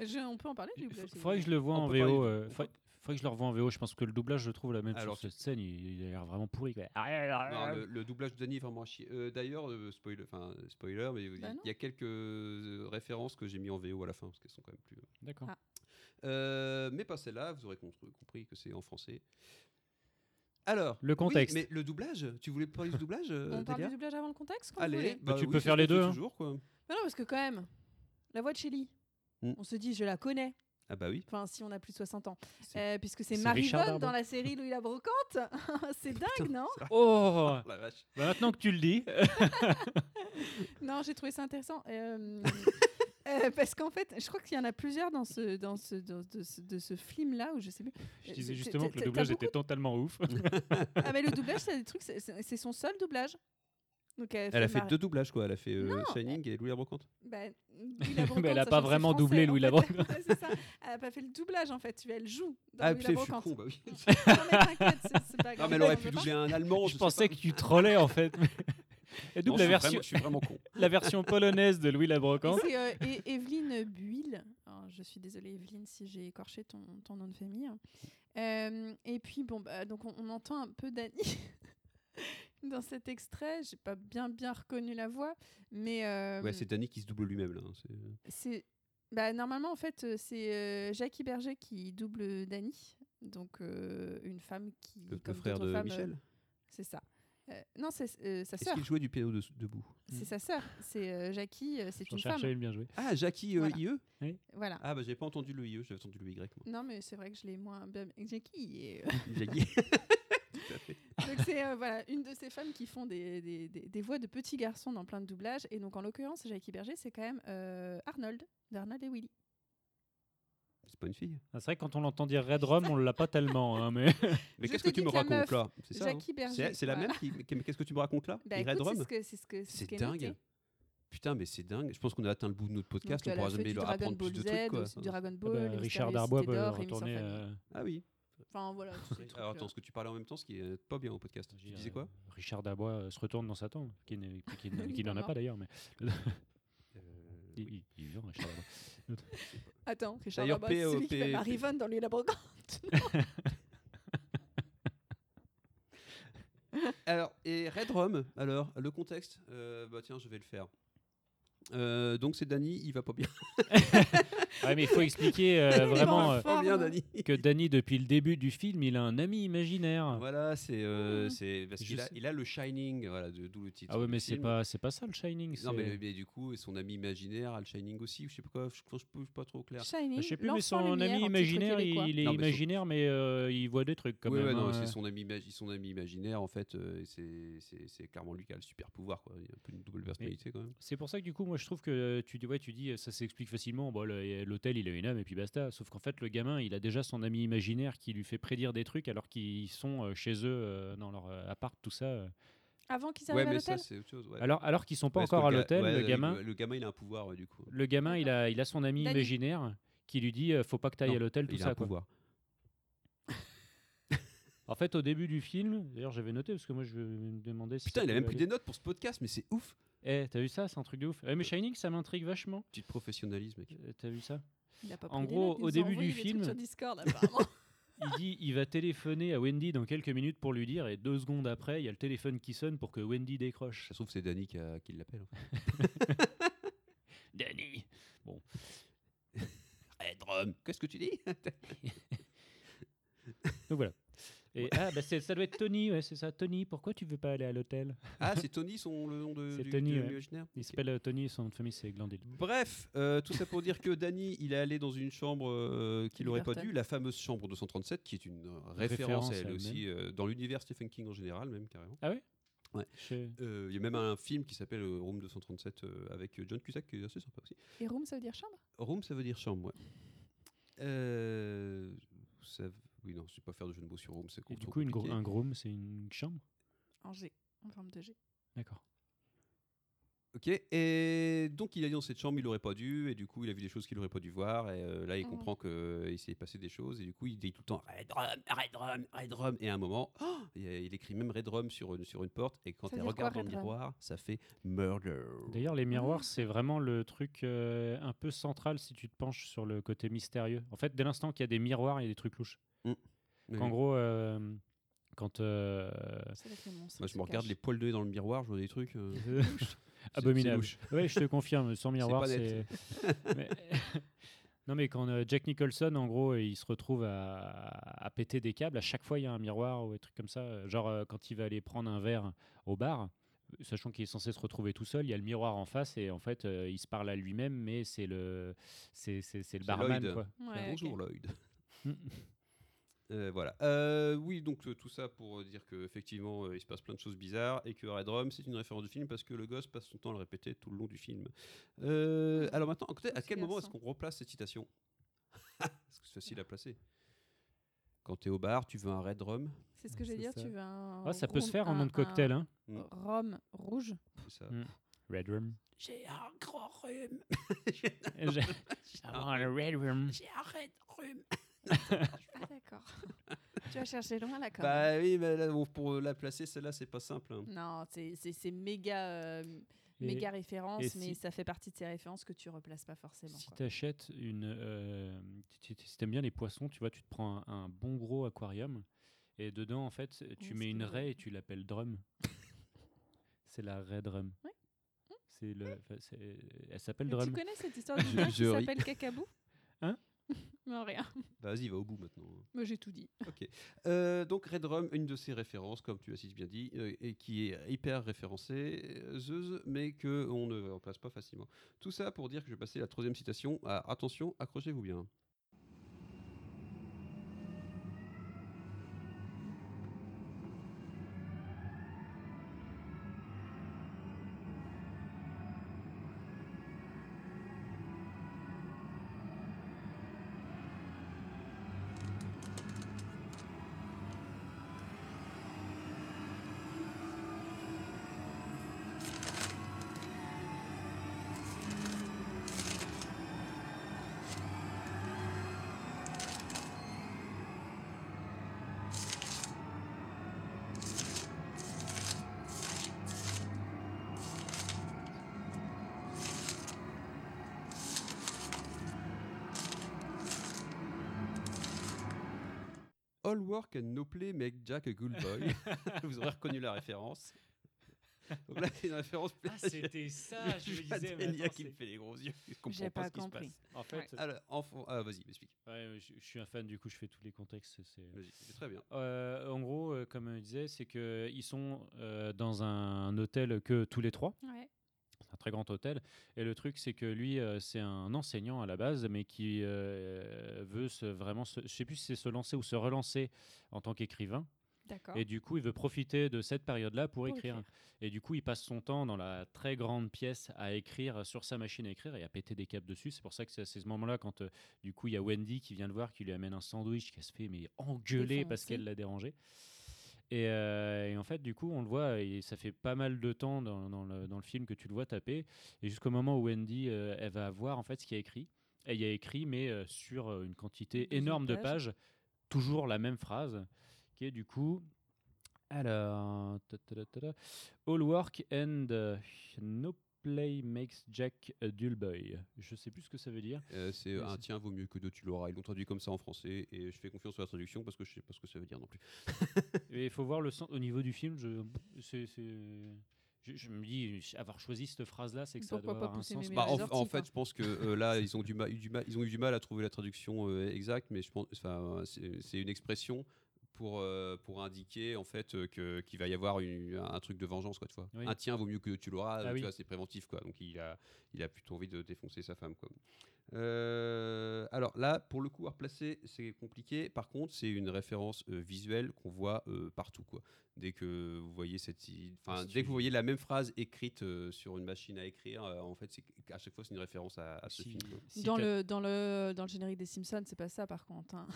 [SPEAKER 8] Je- on peut en parler du
[SPEAKER 9] Il
[SPEAKER 8] doublage,
[SPEAKER 9] fa-
[SPEAKER 8] s'il vous
[SPEAKER 9] faudrait que
[SPEAKER 8] plaît
[SPEAKER 9] je le vois
[SPEAKER 7] On
[SPEAKER 9] en
[SPEAKER 7] peut pas du
[SPEAKER 9] VO.
[SPEAKER 7] tout.
[SPEAKER 9] euh,
[SPEAKER 7] On
[SPEAKER 9] fa- faudrait que je le revoie en VO. Je pense que le doublage, je le trouve la même
[SPEAKER 7] Alors,
[SPEAKER 9] sur cette scène. Il, il a l'air vraiment pourri. quoi. [laughs] Ah,
[SPEAKER 7] Non, le, le doublage de Danny est vraiment à chier. Euh, D'ailleurs, euh, spoiler, enfin spoiler, mais il
[SPEAKER 8] Bah non.
[SPEAKER 7] y a quelques euh, références que j'ai mis en VO à la fin parce qu'elles sont quand même plus.
[SPEAKER 9] D'accord.
[SPEAKER 8] Ah.
[SPEAKER 7] Euh, mais pas celle-là, vous aurez con- compris que c'est en français. Alors,
[SPEAKER 9] Le
[SPEAKER 7] oui,
[SPEAKER 9] contexte.
[SPEAKER 7] mais le doublage, tu voulais parler du doublage euh,
[SPEAKER 8] On parle
[SPEAKER 7] Delia
[SPEAKER 8] du doublage avant le contexte quand vous
[SPEAKER 7] Allez,
[SPEAKER 8] voulez.
[SPEAKER 9] Bah,
[SPEAKER 7] oui,
[SPEAKER 9] tu peux
[SPEAKER 7] ça
[SPEAKER 9] faire
[SPEAKER 7] se
[SPEAKER 9] les
[SPEAKER 7] fait
[SPEAKER 9] deux, hein.
[SPEAKER 7] Toujours quoi.
[SPEAKER 8] Bah non, parce que quand même, la voix de Shelly,
[SPEAKER 7] Mm.
[SPEAKER 8] on se dit, je la connais.
[SPEAKER 7] Ah bah oui.
[SPEAKER 8] Enfin, si on a plus de 60 ans.
[SPEAKER 7] C'est-
[SPEAKER 8] Euh, puisque c'est
[SPEAKER 9] c'est
[SPEAKER 8] Marie
[SPEAKER 9] Richard
[SPEAKER 8] Vonne dans
[SPEAKER 9] Darbois.
[SPEAKER 8] la série Louis la Brocante. [laughs] c'est dingue, non
[SPEAKER 9] [laughs] Oh
[SPEAKER 7] La vache.
[SPEAKER 9] Bah, Maintenant que tu le dis.
[SPEAKER 8] Euh, Non, j'ai trouvé ça intéressant.
[SPEAKER 7] [laughs]
[SPEAKER 8] Euh, euh, parce qu'en fait, je crois qu'il y en a plusieurs dans ce, dans ce, dans- de ce, de ce film-là où je sais plus.
[SPEAKER 9] Je
[SPEAKER 8] Euh,
[SPEAKER 9] disais
[SPEAKER 8] c'est-
[SPEAKER 9] justement
[SPEAKER 8] t'as-
[SPEAKER 9] que le
[SPEAKER 8] t'as
[SPEAKER 9] doublage
[SPEAKER 8] beaucoup
[SPEAKER 9] était totalement ouf.
[SPEAKER 8] Ah, mais le doublage, c'est des trucs, c'est- c'est c'est son seul doublage. Donc, elle,
[SPEAKER 7] Elle a fait
[SPEAKER 8] Marie-
[SPEAKER 7] deux doublages quoi. Elle a fait euh,
[SPEAKER 8] Non,
[SPEAKER 7] Shining et Louis la Brocante.
[SPEAKER 8] Bah, Louis la Brocante,
[SPEAKER 9] elle
[SPEAKER 8] sachant que
[SPEAKER 9] a pas
[SPEAKER 8] c'est
[SPEAKER 9] vraiment
[SPEAKER 8] français,
[SPEAKER 9] doublé
[SPEAKER 8] en
[SPEAKER 9] Louis
[SPEAKER 8] fait.
[SPEAKER 9] la Brocante.
[SPEAKER 8] Ouais, [laughs] c'est ça. Elle a pas fait le doublage en fait. Elle joue dans
[SPEAKER 7] Ah
[SPEAKER 8] Louis
[SPEAKER 7] putain,
[SPEAKER 8] la
[SPEAKER 7] je suis
[SPEAKER 8] Brocante.
[SPEAKER 7] con. Bah oui.
[SPEAKER 8] [laughs] Non, mais t'inquiète, c'est- c'est pas
[SPEAKER 7] Non
[SPEAKER 8] grave,
[SPEAKER 7] mais elle aurait
[SPEAKER 8] on
[SPEAKER 7] pu
[SPEAKER 8] peut pas.
[SPEAKER 7] doubler un [laughs] allemand.
[SPEAKER 9] je pensais que tu trollais en fait.
[SPEAKER 7] [laughs]
[SPEAKER 9] Et double la version,
[SPEAKER 7] Je suis vraiment con.
[SPEAKER 9] la version polonaise de Louis la
[SPEAKER 8] Et
[SPEAKER 9] Brocante.
[SPEAKER 8] C'est euh, E- Evelyne Buil. Alors, je suis désolée, Evelyne, si j'ai écorché ton, ton nom de famille. hein. Euh, et puis, bon, bah, donc on, on entend un peu Dani [laughs] dans cet extrait. J'ai pas bien, bien reconnu la voix, mais euh,
[SPEAKER 7] Ouais, c'est Danny qui se double lui-même là. hein, c'est-
[SPEAKER 8] c'est. Bah, normalement, en fait, euh, c'est euh, Jackie Berger qui double Dani. Donc, euh, une femme qui.
[SPEAKER 7] Le, le
[SPEAKER 8] comme
[SPEAKER 7] frère
[SPEAKER 8] d'autres
[SPEAKER 7] de
[SPEAKER 8] femmes, euh,
[SPEAKER 7] Michel.
[SPEAKER 8] c'est ça. Euh, non, c'est euh, sa
[SPEAKER 7] Est-ce
[SPEAKER 8] sœur.
[SPEAKER 7] qu'il jouait du piano de- debout
[SPEAKER 8] C'est sa sœur. C'est euh, Jackie, euh, c'est
[SPEAKER 9] J'en
[SPEAKER 8] une femme.
[SPEAKER 9] cherchais une bien jouée.
[SPEAKER 7] Ah, Jackie euh,
[SPEAKER 8] Voilà.
[SPEAKER 7] IE
[SPEAKER 8] Voilà.
[SPEAKER 7] Ah, bah j'avais pas entendu le IE, j'avais entendu le Y. Moi.
[SPEAKER 8] [laughs] Non, mais c'est vrai que je l'ai moins bien. Jackie est.
[SPEAKER 7] Jackie. Tout à fait.
[SPEAKER 8] Donc c'est euh, [laughs] voilà, une de ces femmes qui font des, des, des- des voix de petits garçons dans plein de doublages. Et donc en l'occurrence, Jackie Berger, c'est quand même euh, Arnold, d'Arnold et Willy.
[SPEAKER 7] [laughs] C'est pas une fille.
[SPEAKER 9] Ah, c'est vrai que quand on l'entend dire Red Rum, on l'a pas tellement. hein, mais
[SPEAKER 7] Mais
[SPEAKER 8] Je
[SPEAKER 7] qu'est-ce
[SPEAKER 8] te
[SPEAKER 7] que tu
[SPEAKER 8] dis
[SPEAKER 7] me
[SPEAKER 8] que la
[SPEAKER 7] racontes
[SPEAKER 8] meuf,
[SPEAKER 7] là C'est ça. hein
[SPEAKER 8] Jackie Berger.
[SPEAKER 7] C'est c'est la
[SPEAKER 8] voilà.
[SPEAKER 7] même qui. mais Qu'est-ce que tu me racontes là
[SPEAKER 8] Bah,
[SPEAKER 7] Et Red
[SPEAKER 8] écoute, c'est
[SPEAKER 7] Rum
[SPEAKER 8] ce que- c'est ce que- ce
[SPEAKER 7] C'est
[SPEAKER 8] qu'est
[SPEAKER 7] dingue.
[SPEAKER 8] noté.
[SPEAKER 7] Putain, mais c'est dingue. Je pense qu'on a atteint le bout de notre podcast,
[SPEAKER 8] Donc, elle
[SPEAKER 7] on pourra
[SPEAKER 8] a fait
[SPEAKER 7] jamais
[SPEAKER 8] du
[SPEAKER 7] leur
[SPEAKER 8] Dragon
[SPEAKER 7] apprendre plus
[SPEAKER 8] Ball
[SPEAKER 7] de
[SPEAKER 8] Z,
[SPEAKER 7] trucs. Quoi.
[SPEAKER 8] aussi du Dragon
[SPEAKER 9] Ah
[SPEAKER 8] Ball,
[SPEAKER 9] bah,
[SPEAKER 8] les
[SPEAKER 9] [laughs] Richard
[SPEAKER 8] Mystérieuses
[SPEAKER 9] Darbois
[SPEAKER 8] Cités
[SPEAKER 9] peut
[SPEAKER 8] d'Or, Rémi sans
[SPEAKER 9] retourner.
[SPEAKER 8] famille.
[SPEAKER 9] euh,
[SPEAKER 7] Ah oui.
[SPEAKER 8] Enfin voilà, tous ces
[SPEAKER 7] Alors attends,
[SPEAKER 8] trucs-là.
[SPEAKER 7] ce que tu parlais en même temps, ce qui est pas bien au podcast. Tu
[SPEAKER 9] euh,
[SPEAKER 7] disais quoi
[SPEAKER 9] Richard Darbois euh, se retourne dans sa tombe, qui n'est- qui-
[SPEAKER 7] [laughs]
[SPEAKER 9] qui
[SPEAKER 8] Il
[SPEAKER 9] qui
[SPEAKER 8] est
[SPEAKER 9] n'en
[SPEAKER 8] pas
[SPEAKER 9] a pas
[SPEAKER 8] mort.
[SPEAKER 9] d'ailleurs, mais
[SPEAKER 7] Euh,
[SPEAKER 9] il, il- il est vivant,
[SPEAKER 7] [laughs]
[SPEAKER 9] Richard Darbois.
[SPEAKER 8] Attends, Richard
[SPEAKER 7] D'ailleurs,
[SPEAKER 8] Darbois,
[SPEAKER 7] P-
[SPEAKER 8] c'est
[SPEAKER 7] euh,
[SPEAKER 8] celui qui
[SPEAKER 7] P-
[SPEAKER 8] fait Marie Vonne dans Lui et la Brocante.
[SPEAKER 7] Alors, et Red Rum, alors, le contexte Euh, Bah tiens, je vais le faire. Euh, donc c'est Danny, il va pas bien. [laughs]
[SPEAKER 9] Ouais, Ah, mais il faut expliquer euh,
[SPEAKER 8] Il est
[SPEAKER 9] vraiment
[SPEAKER 8] pas en
[SPEAKER 9] euh,
[SPEAKER 7] Pas bien,
[SPEAKER 8] Forme.
[SPEAKER 7] Danny.
[SPEAKER 9] que Danny, depuis le début du film, il a un ami imaginaire.
[SPEAKER 7] Voilà, c'est euh,
[SPEAKER 8] Mm.
[SPEAKER 7] c'est- parce
[SPEAKER 9] Je
[SPEAKER 7] qu'il a,
[SPEAKER 9] sais.
[SPEAKER 7] il a le Shining, voilà, de- d'où le titre.
[SPEAKER 9] Ah ouais,
[SPEAKER 7] du
[SPEAKER 9] mais c'est
[SPEAKER 7] film.
[SPEAKER 9] pas, c'est pas ça le Shining.
[SPEAKER 7] Non,
[SPEAKER 9] c'est-
[SPEAKER 7] mais, mais du coup, et son ami imaginaire a le Shining aussi, ou je sais pas quoi, je pense je suis pas trop clair.
[SPEAKER 8] Shining,
[SPEAKER 9] Ah, Je sais plus, mais
[SPEAKER 8] l'enfant
[SPEAKER 9] son
[SPEAKER 8] lumière, en
[SPEAKER 9] ami
[SPEAKER 8] titre
[SPEAKER 9] imaginaire,
[SPEAKER 8] québécois.
[SPEAKER 9] il, il est
[SPEAKER 7] Non, mais son-
[SPEAKER 9] imaginaire, mais euh, il voit des trucs quand
[SPEAKER 7] Ouais,
[SPEAKER 9] même.
[SPEAKER 7] ouais, non,
[SPEAKER 9] hein.
[SPEAKER 7] c'est son ami, imagi- son ami imaginaire, en fait, euh, et c'est- c'est c'est clairement lui qui a le super pouvoir, quoi. Il a un peu une double personnalité quand même.
[SPEAKER 9] C'est pour ça que du coup, moi, je trouve que euh, tu dis, ouais, tu dis, euh, ça s'explique facilement. Bon, le- l'hôtel, il a une âme et puis basta. Sauf qu'en fait, le gamin, il a déjà son ami imaginaire qui lui fait prédire des trucs alors qu'ils sont euh, chez eux euh, dans leur euh, appart, tout ça. euh.
[SPEAKER 8] Avant qu'ils
[SPEAKER 7] ouais,
[SPEAKER 8] arrivent à
[SPEAKER 7] mais ça,
[SPEAKER 8] l'hôtel
[SPEAKER 7] c'est autre chose. ouais.
[SPEAKER 9] Alors, alors qu'ils sont pas
[SPEAKER 7] Parce que
[SPEAKER 9] encore à
[SPEAKER 7] le ga-
[SPEAKER 9] l'hôtel,
[SPEAKER 7] ouais,
[SPEAKER 9] le gamin,
[SPEAKER 7] Le, gamin, il a un pouvoir, ouais, du coup.
[SPEAKER 9] le gamin, il a, il a son ami
[SPEAKER 8] Danny.
[SPEAKER 9] imaginaire qui lui dit, euh, faut pas que t'ailles
[SPEAKER 7] Non,
[SPEAKER 9] à l'hôtel, tout
[SPEAKER 7] il a
[SPEAKER 9] ça.
[SPEAKER 7] un
[SPEAKER 9] quoi.
[SPEAKER 7] pouvoir.
[SPEAKER 9] En fait, au début du film, d'ailleurs, j'avais noté parce que moi, je me demandais. Si
[SPEAKER 7] Putain,
[SPEAKER 9] ça
[SPEAKER 7] il a même
[SPEAKER 9] pouvait
[SPEAKER 7] pris des notes pour ce podcast, mais c'est ouf.
[SPEAKER 9] aller. Eh, t'as vu ça C'est un truc de ouf. Eh, mais Shining, ça m'intrigue vachement.
[SPEAKER 7] Petit professionnalisme, mec.
[SPEAKER 9] Euh, T'as vu ça
[SPEAKER 8] Il a pas
[SPEAKER 9] En
[SPEAKER 8] pris des
[SPEAKER 9] gros,
[SPEAKER 8] notes, il
[SPEAKER 9] au
[SPEAKER 8] nous a
[SPEAKER 9] début
[SPEAKER 8] envoyé
[SPEAKER 9] du
[SPEAKER 8] des trucs
[SPEAKER 9] film-
[SPEAKER 8] sur Discord, apparemment.
[SPEAKER 9] il dit il va téléphoner à Wendy dans quelques minutes pour lui dire, et deux secondes après, il y a le téléphone qui sonne pour que Wendy décroche.
[SPEAKER 7] Ça se trouve, c'est Danny qui, a- qui l'appelle.
[SPEAKER 6] Danny.
[SPEAKER 7] Hey, Eh, Drum, qu'est-ce que tu dis
[SPEAKER 9] Donc voilà. Et ah, bah c'est- ça doit être Tony, ouais, c'est ça. Tony, pourquoi tu veux pas aller à l'hôtel
[SPEAKER 7] Ah, c'est Tony, son, le nom de,
[SPEAKER 9] C'est
[SPEAKER 7] du,
[SPEAKER 9] Tony,
[SPEAKER 7] de
[SPEAKER 9] ouais.
[SPEAKER 7] l'imaginaire
[SPEAKER 9] Il
[SPEAKER 7] Ok.
[SPEAKER 9] s'appelle euh, Tony, son nom de famille c'est Glandil.
[SPEAKER 7] Bref, euh, tout ça pour dire que Danny, il est allé dans une chambre euh, qu'il n'aurait pas
[SPEAKER 8] Liberton.
[SPEAKER 7] dû, la fameuse chambre 237, qui est une euh, référence, à
[SPEAKER 9] Référence à
[SPEAKER 7] elle
[SPEAKER 9] elle-même.
[SPEAKER 7] aussi, euh, dans l'univers Stephen King en général, même carrément.
[SPEAKER 9] Je-
[SPEAKER 7] Euh, Il y a même un film qui s'appelle euh, Room 237 euh, avec euh, John Cusack, qui est assez sympa aussi.
[SPEAKER 8] Et room, ça veut dire chambre
[SPEAKER 7] Room, ça veut dire chambre, ouais. Euh, ça- Oui, non, je ne vais pas faire de jeu de mots sur Room, c'est
[SPEAKER 9] Et du
[SPEAKER 7] trop
[SPEAKER 9] coup, une gro-
[SPEAKER 7] compliqué.
[SPEAKER 9] un groom, c'est une chambre
[SPEAKER 8] En G, en forme de G.
[SPEAKER 9] D'accord.
[SPEAKER 7] Ok, et donc il est allé dans cette chambre, il n'aurait pas dû, et du coup il a vu des choses qu'il n'aurait pas dû voir, et euh, là il
[SPEAKER 8] Mhm.
[SPEAKER 7] comprend qu'il s'est passé des choses, et du coup il dit tout le temps Red Rum, Red Rum, Red Rum, et à un moment, [gasps] oh, il, il écrit même Red Rum sur une, sur une porte, et quand
[SPEAKER 8] Ça
[SPEAKER 7] elle
[SPEAKER 8] veut dire quoi,
[SPEAKER 7] regarde dans le
[SPEAKER 8] Red Rum
[SPEAKER 7] miroir, ça fait Murder.
[SPEAKER 9] D'ailleurs, les
[SPEAKER 7] Mmh.
[SPEAKER 9] miroirs, c'est vraiment le truc euh, un peu central si tu te penches sur le côté mystérieux. En fait, dès l'instant qu'il y a des miroirs, il y a des trucs louches.
[SPEAKER 7] Oui.
[SPEAKER 9] En gros, euh, quand euh,
[SPEAKER 8] C'est là que le monstre
[SPEAKER 7] Moi je
[SPEAKER 8] se
[SPEAKER 7] me regarde
[SPEAKER 8] cache.
[SPEAKER 7] les poils de nez dans le miroir, je vois des trucs. euh,
[SPEAKER 8] [laughs]
[SPEAKER 9] [laughs] euh,
[SPEAKER 7] c'est
[SPEAKER 9] abominable.
[SPEAKER 7] louche.
[SPEAKER 9] Ouais, je te confirme, sans miroir,
[SPEAKER 7] pas
[SPEAKER 9] c'est.
[SPEAKER 7] net.
[SPEAKER 9] [laughs] Mais- non, mais quand euh, Jack Nicholson, en gros, il se retrouve à, à péter des câbles, à chaque fois il y a un miroir ou des trucs comme ça. Euh, Genre, euh, quand il va aller prendre un verre au bar, euh, sachant qu'il est censé se retrouver tout seul, il y a le miroir en face et en fait, euh, il se parle à lui-même, mais c'est le, c'est, c'est, c'est le
[SPEAKER 7] C'est
[SPEAKER 9] barman,
[SPEAKER 7] Lloyd.
[SPEAKER 9] quoi.
[SPEAKER 8] Ouais, ok.
[SPEAKER 7] Bah, Bonjour Lloyd.
[SPEAKER 9] Mm.
[SPEAKER 7] Euh, voilà. Euh, oui, donc euh, tout ça pour euh, dire qu'effectivement, il se passe plein de choses bizarres et que Red Rum, c'est une référence du film parce que le gosse passe son temps à le répéter tout le long du film. Euh, alors maintenant, écoutez, à
[SPEAKER 8] Petit
[SPEAKER 7] quel moment est-ce
[SPEAKER 8] garçon.
[SPEAKER 7] qu'on replace cette citation [laughs] Parce que c'est facile à placer. Quand t'es au bar, tu veux un Red Rum
[SPEAKER 8] C'est ce que
[SPEAKER 9] C'est
[SPEAKER 8] j'allais dire,
[SPEAKER 9] ça.
[SPEAKER 8] tu veux un.
[SPEAKER 9] Ah, ça peut se
[SPEAKER 8] room-
[SPEAKER 9] faire en
[SPEAKER 8] un-
[SPEAKER 9] nom de cocktail, hein.
[SPEAKER 8] un Rhum rouge.
[SPEAKER 7] C'est ça.
[SPEAKER 9] Mm. Red
[SPEAKER 7] [laughs]
[SPEAKER 9] Room. [laughs]
[SPEAKER 7] J'ai un grand rhume.
[SPEAKER 6] Avant le Red Room.
[SPEAKER 7] J'ai un Red Rum.
[SPEAKER 8] Ah, d'accord. tu vas chercher loin, là, quand même.
[SPEAKER 7] Bah oui, mais là, bon, pour la placer, celle-là, c'est pas simple. hein.
[SPEAKER 8] Non, c'est- c'est c'est méga, euh,
[SPEAKER 9] Et-
[SPEAKER 8] méga référence,
[SPEAKER 9] et
[SPEAKER 8] mais
[SPEAKER 9] si-
[SPEAKER 8] ça fait partie de ces références que tu replaces pas forcément.
[SPEAKER 9] Si
[SPEAKER 8] quoi.
[SPEAKER 9] tu achètes une. euh, si tu- si t'aimes bien les poissons, tu vois, tu te prends un, un bon gros aquarium et dedans, en fait, tu
[SPEAKER 8] c'est
[SPEAKER 9] mets une
[SPEAKER 8] drôle.
[SPEAKER 9] raie et tu
[SPEAKER 8] [laughs]
[SPEAKER 9] l'appelles drum. c'est la raie drum.
[SPEAKER 8] Oui.
[SPEAKER 9] C'est le, enfin, c'est- elle s'appelle
[SPEAKER 8] Mais Tu
[SPEAKER 9] drum.
[SPEAKER 8] connais cette histoire de
[SPEAKER 7] Je-
[SPEAKER 8] gars
[SPEAKER 7] je
[SPEAKER 8] qui
[SPEAKER 7] ris.
[SPEAKER 8] s'appelle Cacabou
[SPEAKER 9] Hein
[SPEAKER 8] [laughs] Non, rien.
[SPEAKER 7] Bah, Vas-y, va au bout maintenant.
[SPEAKER 8] Moi, j'ai tout dit.
[SPEAKER 7] Euh, donc Red Rum, une de ses références, comme tu as si bien dit, euh, et qui est hyper référencée, euh, zeuse, mais que on ne remplace pas facilement. Tout ça pour dire que je vais passer la troisième citation. À, attention, accrochez-vous bien. All work and no play make Jack a good [laughs] boy. Vous aurez reconnu la référence. Donc là, Ah, c'est une référence.
[SPEAKER 9] [laughs] ça,
[SPEAKER 7] Juste Adélia qui me fait les gros yeux. Je comprends
[SPEAKER 8] J'ai pas
[SPEAKER 7] ce qui se
[SPEAKER 8] compris.
[SPEAKER 7] passe.
[SPEAKER 9] En fait,
[SPEAKER 7] Alors, enfant, ah, vas-y, explique.
[SPEAKER 9] ouais, je je suis un fan, du coup, je fais tous les contextes. c'est- c'est-
[SPEAKER 7] Vas-y, c'est très bien.
[SPEAKER 9] Euh, en gros, euh, comme je disais, c'est que ils sont euh, dans un hôtel que tous les trois.
[SPEAKER 8] Ouais.
[SPEAKER 9] C'est un très grand hôtel. Et le truc, c'est que lui, euh, c'est un enseignant à la base, mais qui euh, veut se- vraiment, se, je sais plus si c'est se lancer ou se relancer en tant qu'écrivain.
[SPEAKER 8] D'accord.
[SPEAKER 9] Et du coup, il veut profiter de cette période-là pour,
[SPEAKER 8] Pour
[SPEAKER 9] écrire.
[SPEAKER 8] écrire.
[SPEAKER 9] Et du coup, il passe son temps dans la très grande pièce à écrire sur sa machine à écrire et à péter des câbles dessus. C'est pour ça que c'est à ce moment-là quand, euh, du coup, il y a Wendy qui vient le voir, qui lui amène un sandwich, qu'elle se fait mais engueuler parce
[SPEAKER 8] Défoncer.
[SPEAKER 9] qu'elle l'a dérangé. Et, euh, et en fait, du coup, on le voit, et ça fait pas mal de temps dans, dans le, dans le film que tu le vois taper. Et jusqu'au moment où Wendy, euh, elle va voir en fait ce qu'il y a écrit. Et il y a écrit, mais euh, sur euh, une quantité
[SPEAKER 8] Douze
[SPEAKER 9] énorme de
[SPEAKER 8] pages.
[SPEAKER 9] pages, toujours la même phrase, qui est du coup. Alors. ta, ta, ta, ta, ta. All work and euh, no Play makes Jack a dull boy. Je sais plus ce que ça
[SPEAKER 8] [laughs]
[SPEAKER 9] veut dire.
[SPEAKER 7] Euh, c'est
[SPEAKER 9] Mais
[SPEAKER 7] un
[SPEAKER 9] c'est-
[SPEAKER 7] tien vaut mieux que deux, tu l'auras. Ils l'ont traduit comme ça en français et je fais confiance sur la traduction parce que je sais pas ce que ça veut dire non plus.
[SPEAKER 9] Et il faut voir le sens. Au niveau du film, je, c'est- c'est- je, je me dis, ch- avoir choisi cette phrase-là, c'est que
[SPEAKER 8] Pourquoi
[SPEAKER 9] ça doit
[SPEAKER 8] pas
[SPEAKER 9] avoir un
[SPEAKER 8] pousser
[SPEAKER 9] sens.
[SPEAKER 8] mes
[SPEAKER 7] Bah,
[SPEAKER 8] les
[SPEAKER 7] en,
[SPEAKER 8] orties,
[SPEAKER 7] en
[SPEAKER 8] quoi.
[SPEAKER 7] fait, je pense que euh, là, ils ont, du mal, eu du mal, ils ont eu du mal à trouver la traduction euh, exacte, mais je pense, enfin, c'est c'est une expression pour, euh, pour indiquer en fait euh, que- qu'il va y avoir une- un truc de vengeance quoi, tu vois.
[SPEAKER 9] Oui.
[SPEAKER 7] Un tien vaut mieux que tu l'auras,
[SPEAKER 9] Ah
[SPEAKER 7] tu
[SPEAKER 9] oui.
[SPEAKER 7] vois, c'est préventif quoi. Donc il a, il a plutôt envie de défoncer sa femme quoi. Euh, alors là, pour le coup, à replacer, c'est compliqué. Par contre, c'est une référence euh, visuelle qu'on voit euh, partout quoi. Dès que vous voyez cette, i- enfin,
[SPEAKER 9] si
[SPEAKER 7] dès
[SPEAKER 9] tu-
[SPEAKER 7] que vous voyez la même phrase écrite euh, sur une machine à écrire, euh, en fait, c'est à chaque fois c'est une référence à, à Bah, ce
[SPEAKER 9] Si-
[SPEAKER 7] film. euh, quoi.
[SPEAKER 9] si
[SPEAKER 8] dans,
[SPEAKER 9] t'as-
[SPEAKER 8] le, dans, le, dans le générique des Simpsons, c'est pas ça par contre. hein.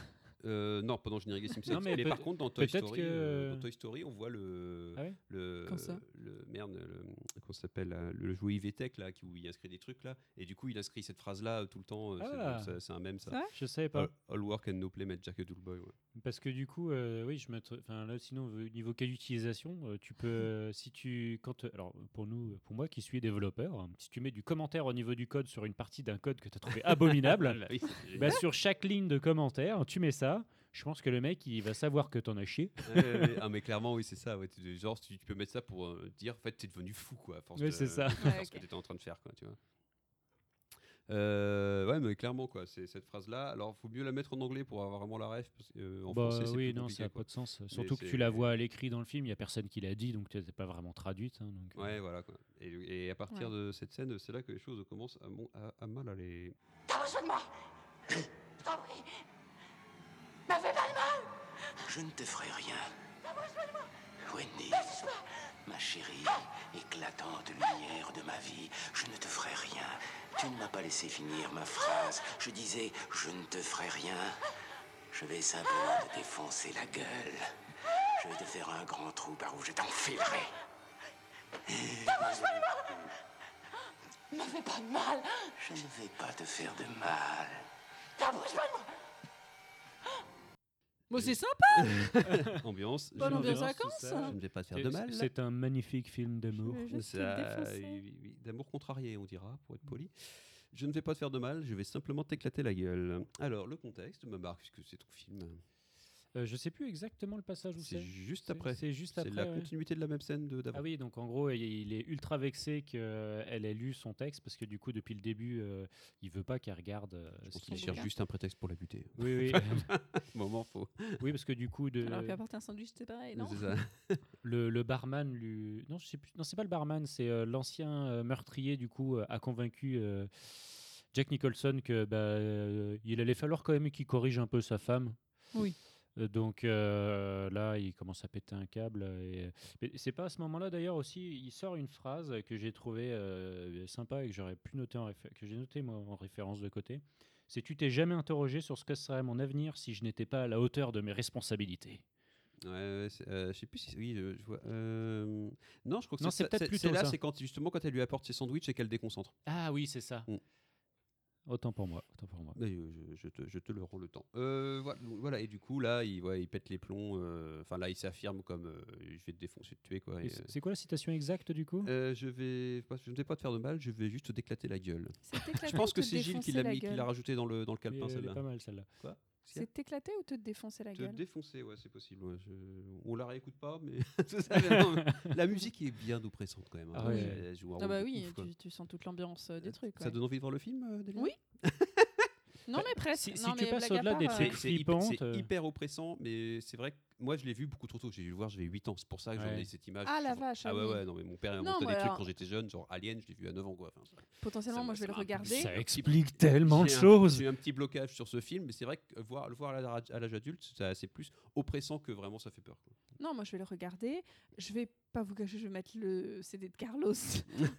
[SPEAKER 7] Euh, non, pas dans le générique des Simpsons.
[SPEAKER 9] Non, mais
[SPEAKER 7] mais
[SPEAKER 9] peut-
[SPEAKER 7] par contre, dans Toy,
[SPEAKER 9] peut-être
[SPEAKER 7] Story,
[SPEAKER 9] que-
[SPEAKER 7] euh, dans Toy Story, on voit le.
[SPEAKER 9] Ah ouais
[SPEAKER 7] le,
[SPEAKER 8] Comme ça.
[SPEAKER 7] le- merde, le, comment ça s'appelle là, Le jouet Ivetech, là, qui, où il inscrit des trucs, là. Et du coup, il inscrit cette phrase-là euh, tout le temps. euh, c'est-
[SPEAKER 9] Ah.
[SPEAKER 7] c'est- C'est un même, ça.
[SPEAKER 8] Ça
[SPEAKER 9] Je savais pas.
[SPEAKER 7] All, all work and no play met Jack a dull boy. ouais.
[SPEAKER 9] Parce que du coup, euh, oui, je m'attr- enfin là, sinon au niveau cas d'utilisation, euh, tu peux, euh, si tu, quand, euh, alors pour nous, pour moi qui suis développeur, hein, si tu mets du commentaire au niveau du code sur une partie d'un code que tu as trouvé
[SPEAKER 7] [laughs]
[SPEAKER 9] abominable,
[SPEAKER 7] Ah Oui, c'est-
[SPEAKER 9] bah, sur chaque ligne de commentaire, tu mets ça. Je pense que le mec, il va savoir que t'en as chié.
[SPEAKER 7] Ouais, ouais, ouais. ah, mais clairement, oui, c'est ça. ouais. Tu- Genre, tu, tu peux mettre ça pour euh, dire, en fait, t'es devenu fou, quoi. à force
[SPEAKER 9] Ouais,
[SPEAKER 7] de-
[SPEAKER 9] c'est ça.
[SPEAKER 7] de faire
[SPEAKER 8] Ouais,
[SPEAKER 7] ce que
[SPEAKER 8] ok.
[SPEAKER 7] t'étais en train de faire, quoi, tu vois. Euh, ouais, mais clairement, quoi, c'est cette phrase-là. Alors, faut mieux la mettre en anglais pour avoir vraiment la ref. Parce que, euh, en
[SPEAKER 9] Bah,
[SPEAKER 7] français, c'est
[SPEAKER 9] oui,
[SPEAKER 7] plus
[SPEAKER 9] non,
[SPEAKER 7] compliqué,
[SPEAKER 9] ça n'a
[SPEAKER 7] quoi.
[SPEAKER 9] pas de sens. Surtout que
[SPEAKER 7] c'est-
[SPEAKER 9] tu la vois à l'écrit dans le film, il n'y a personne qui l'a dit, donc tu n'es pas vraiment traduite. hein, donc, euh,
[SPEAKER 7] Ouais, voilà. Quoi. Et, et à partir de cette scène, c'est là que les choses commencent à, mon- à- à mal
[SPEAKER 9] [laughs]
[SPEAKER 7] aller.
[SPEAKER 10] T'as besoin de moi Je t'en prie. Me fais pas de mal
[SPEAKER 2] Je ne te ferai rien. Wendy, ma chérie, éclatante lumière de ma vie, je ne te ferai rien. Tu ne m'as pas laissé finir ma phrase. Je disais, je ne te ferai rien. Je vais simplement te défoncer la gueule. Je vais te faire un grand trou par où je t'enfilerai.
[SPEAKER 10] Me fais pas de mal
[SPEAKER 2] Je ne vais pas te faire de mal.
[SPEAKER 10] T'as besoin de moi
[SPEAKER 8] Bon, c'est sympa.
[SPEAKER 7] ambiance.
[SPEAKER 8] Bonne
[SPEAKER 7] je-
[SPEAKER 8] ambiance
[SPEAKER 9] ambiance,
[SPEAKER 8] vacances.
[SPEAKER 9] tout ça.
[SPEAKER 7] Je ne vais pas te faire
[SPEAKER 9] c'est-
[SPEAKER 7] de mal.
[SPEAKER 9] C'est un magnifique film d'amour.
[SPEAKER 8] Je vais juste te
[SPEAKER 7] Ça-
[SPEAKER 8] défoncer.
[SPEAKER 7] oui, oui, oui, D'amour contrarié, on dira, pour
[SPEAKER 9] Mm.
[SPEAKER 7] être poli. Je ne vais pas te faire de mal, je vais simplement t'éclater la gueule. Alors, le contexte, bah, Marc, puisque c'est ton film,
[SPEAKER 9] Euh, je sais plus exactement le passage où
[SPEAKER 7] c'est
[SPEAKER 9] c'est.
[SPEAKER 7] juste
[SPEAKER 9] C'est-
[SPEAKER 7] après.
[SPEAKER 9] C'est juste
[SPEAKER 7] C'est
[SPEAKER 9] après.
[SPEAKER 7] la
[SPEAKER 9] ouais.
[SPEAKER 7] continuité de la même scène de- d'avant.
[SPEAKER 9] Ah oui, donc en gros, il- il est ultra vexé qu'elle ait lu son texte parce que du coup, depuis le début, euh, il veut pas qu'elle regarde. euh,
[SPEAKER 7] Je
[SPEAKER 9] ce
[SPEAKER 7] pense qu'il
[SPEAKER 9] qu'il-
[SPEAKER 7] cherche juste un prétexte pour la buter.
[SPEAKER 9] Oui,
[SPEAKER 7] [laughs]
[SPEAKER 9] oui, euh,
[SPEAKER 7] Moment faux.
[SPEAKER 9] oui, parce que du coup, de,
[SPEAKER 8] Alors qu'apporter un sandwich, c'est pareil, non
[SPEAKER 7] C'est ça.
[SPEAKER 9] le, le barman lui. Non, je sais plus. Non, c'est pas le barman, c'est euh, l'ancien euh, meurtrier du coup euh, a convaincu euh, Jack Nicholson que bah, euh, il allait falloir quand même qu'il corrige un peu sa femme.
[SPEAKER 8] Oui.
[SPEAKER 9] Euh, Donc euh, là, il commence à péter un câble. Et... mais C'est pas à ce moment-là d'ailleurs aussi, il sort une phrase que j'ai trouvée euh, sympa et que j'aurais pu noter en réfé- que j'ai noté moi en référence de côté. C'est tu t'es jamais interrogé sur ce que serait mon avenir si je n'étais pas à la hauteur de mes responsabilités.
[SPEAKER 7] Ouais, ouais, c'est- euh, je sais plus si. Oui, je, je vois. euh, Non, je crois que
[SPEAKER 9] Non,
[SPEAKER 7] c'est
[SPEAKER 9] c'est peut-être
[SPEAKER 7] c'est-
[SPEAKER 9] plutôt
[SPEAKER 7] c'est là,
[SPEAKER 9] ça.
[SPEAKER 7] c'est quand justement quand elle lui apporte ses sandwichs et qu'elle déconcentre.
[SPEAKER 9] Ah oui, c'est ça.
[SPEAKER 7] Mm.
[SPEAKER 9] Autant pour moi, autant pour moi.
[SPEAKER 7] Mais, euh, je, je te, je te le rends le temps. Euh, voilà, donc, voilà, et du coup, là, il, ouais, il pète les plombs. euh, Enfin, là, il s'affirme comme euh, je vais te défoncer, te tuer, quoi. et,
[SPEAKER 9] Et
[SPEAKER 7] euh,
[SPEAKER 9] c'est- C'est quoi la citation exacte du coup
[SPEAKER 7] euh, je, vais, pas- je ne vais pas te faire de mal, je vais juste te déclater la gueule.
[SPEAKER 8] [laughs] C'est
[SPEAKER 7] Je
[SPEAKER 8] éclaté
[SPEAKER 7] pense
[SPEAKER 8] ou
[SPEAKER 7] que
[SPEAKER 8] te
[SPEAKER 7] c'est Gilles qui
[SPEAKER 8] défoncer
[SPEAKER 7] l'a
[SPEAKER 8] la
[SPEAKER 7] mis- qui
[SPEAKER 8] gueule
[SPEAKER 7] l'a rajouté dans le, dans le
[SPEAKER 9] Oui,
[SPEAKER 7] calepin,
[SPEAKER 9] elle est
[SPEAKER 7] celle-là.
[SPEAKER 9] pas mal celle-là.
[SPEAKER 8] C'est t'éclater ou te défoncer la
[SPEAKER 7] Te
[SPEAKER 8] gueule
[SPEAKER 7] défoncer, ouais, c'est possible. ouais, je- On la réécoute pas, mais. [laughs] c'est ça, mais non, mais la musique est bien oppressante quand même. hein,
[SPEAKER 9] Ah ouais.
[SPEAKER 7] elle joue un
[SPEAKER 8] Ah
[SPEAKER 7] rôle
[SPEAKER 8] bah
[SPEAKER 7] de
[SPEAKER 8] oui,
[SPEAKER 7] ouf, quoi.
[SPEAKER 8] tu, tu sens toute l'ambiance euh, du truc.
[SPEAKER 7] Ça
[SPEAKER 8] ouais.
[SPEAKER 7] donne envie de voir le film, euh, Delia
[SPEAKER 8] Oui, Non mais presque.
[SPEAKER 9] Si- si
[SPEAKER 8] non,
[SPEAKER 9] tu
[SPEAKER 8] mais
[SPEAKER 9] passes
[SPEAKER 8] blague à
[SPEAKER 9] au-delà des
[SPEAKER 8] part,
[SPEAKER 9] trucs-
[SPEAKER 8] euh,
[SPEAKER 7] C'est- C'est hyper,
[SPEAKER 9] flippante,
[SPEAKER 7] c'est
[SPEAKER 9] euh.
[SPEAKER 7] hyper oppressant, mais c'est vrai que moi je l'ai vu beaucoup trop tôt. J'ai dû le voir, j'avais 8 ans. C'est pour ça que j'en ai
[SPEAKER 9] Ouais.
[SPEAKER 7] cette image.
[SPEAKER 8] Ah, la
[SPEAKER 7] Genre-
[SPEAKER 8] vache,
[SPEAKER 7] Ah
[SPEAKER 8] ah
[SPEAKER 7] ouais,
[SPEAKER 8] oui.
[SPEAKER 7] ouais, non, mais mon père il
[SPEAKER 8] Non,
[SPEAKER 7] inventait
[SPEAKER 8] mais
[SPEAKER 7] des trucs
[SPEAKER 8] alors-
[SPEAKER 7] quand j'étais jeune, genre Alien, je l'ai vu à 9 ans quoi. Enfin,
[SPEAKER 8] Potentiellement,
[SPEAKER 7] ça
[SPEAKER 8] moi
[SPEAKER 7] me-
[SPEAKER 8] je vais le
[SPEAKER 7] ça m'a
[SPEAKER 8] regarder.
[SPEAKER 9] Ça
[SPEAKER 7] petit-
[SPEAKER 9] explique tellement de
[SPEAKER 7] j'ai un-
[SPEAKER 9] choses.
[SPEAKER 7] J'ai eu un petit blocage sur ce film, mais c'est vrai que voir, le voir à la- à l'âge adulte, ça- c'est plus oppressant que vraiment ça fait peur. quoi.
[SPEAKER 8] Non, moi je vais le regarder. Je vais pas vous cacher, je vais mettre le CD de [laughs] Carlos.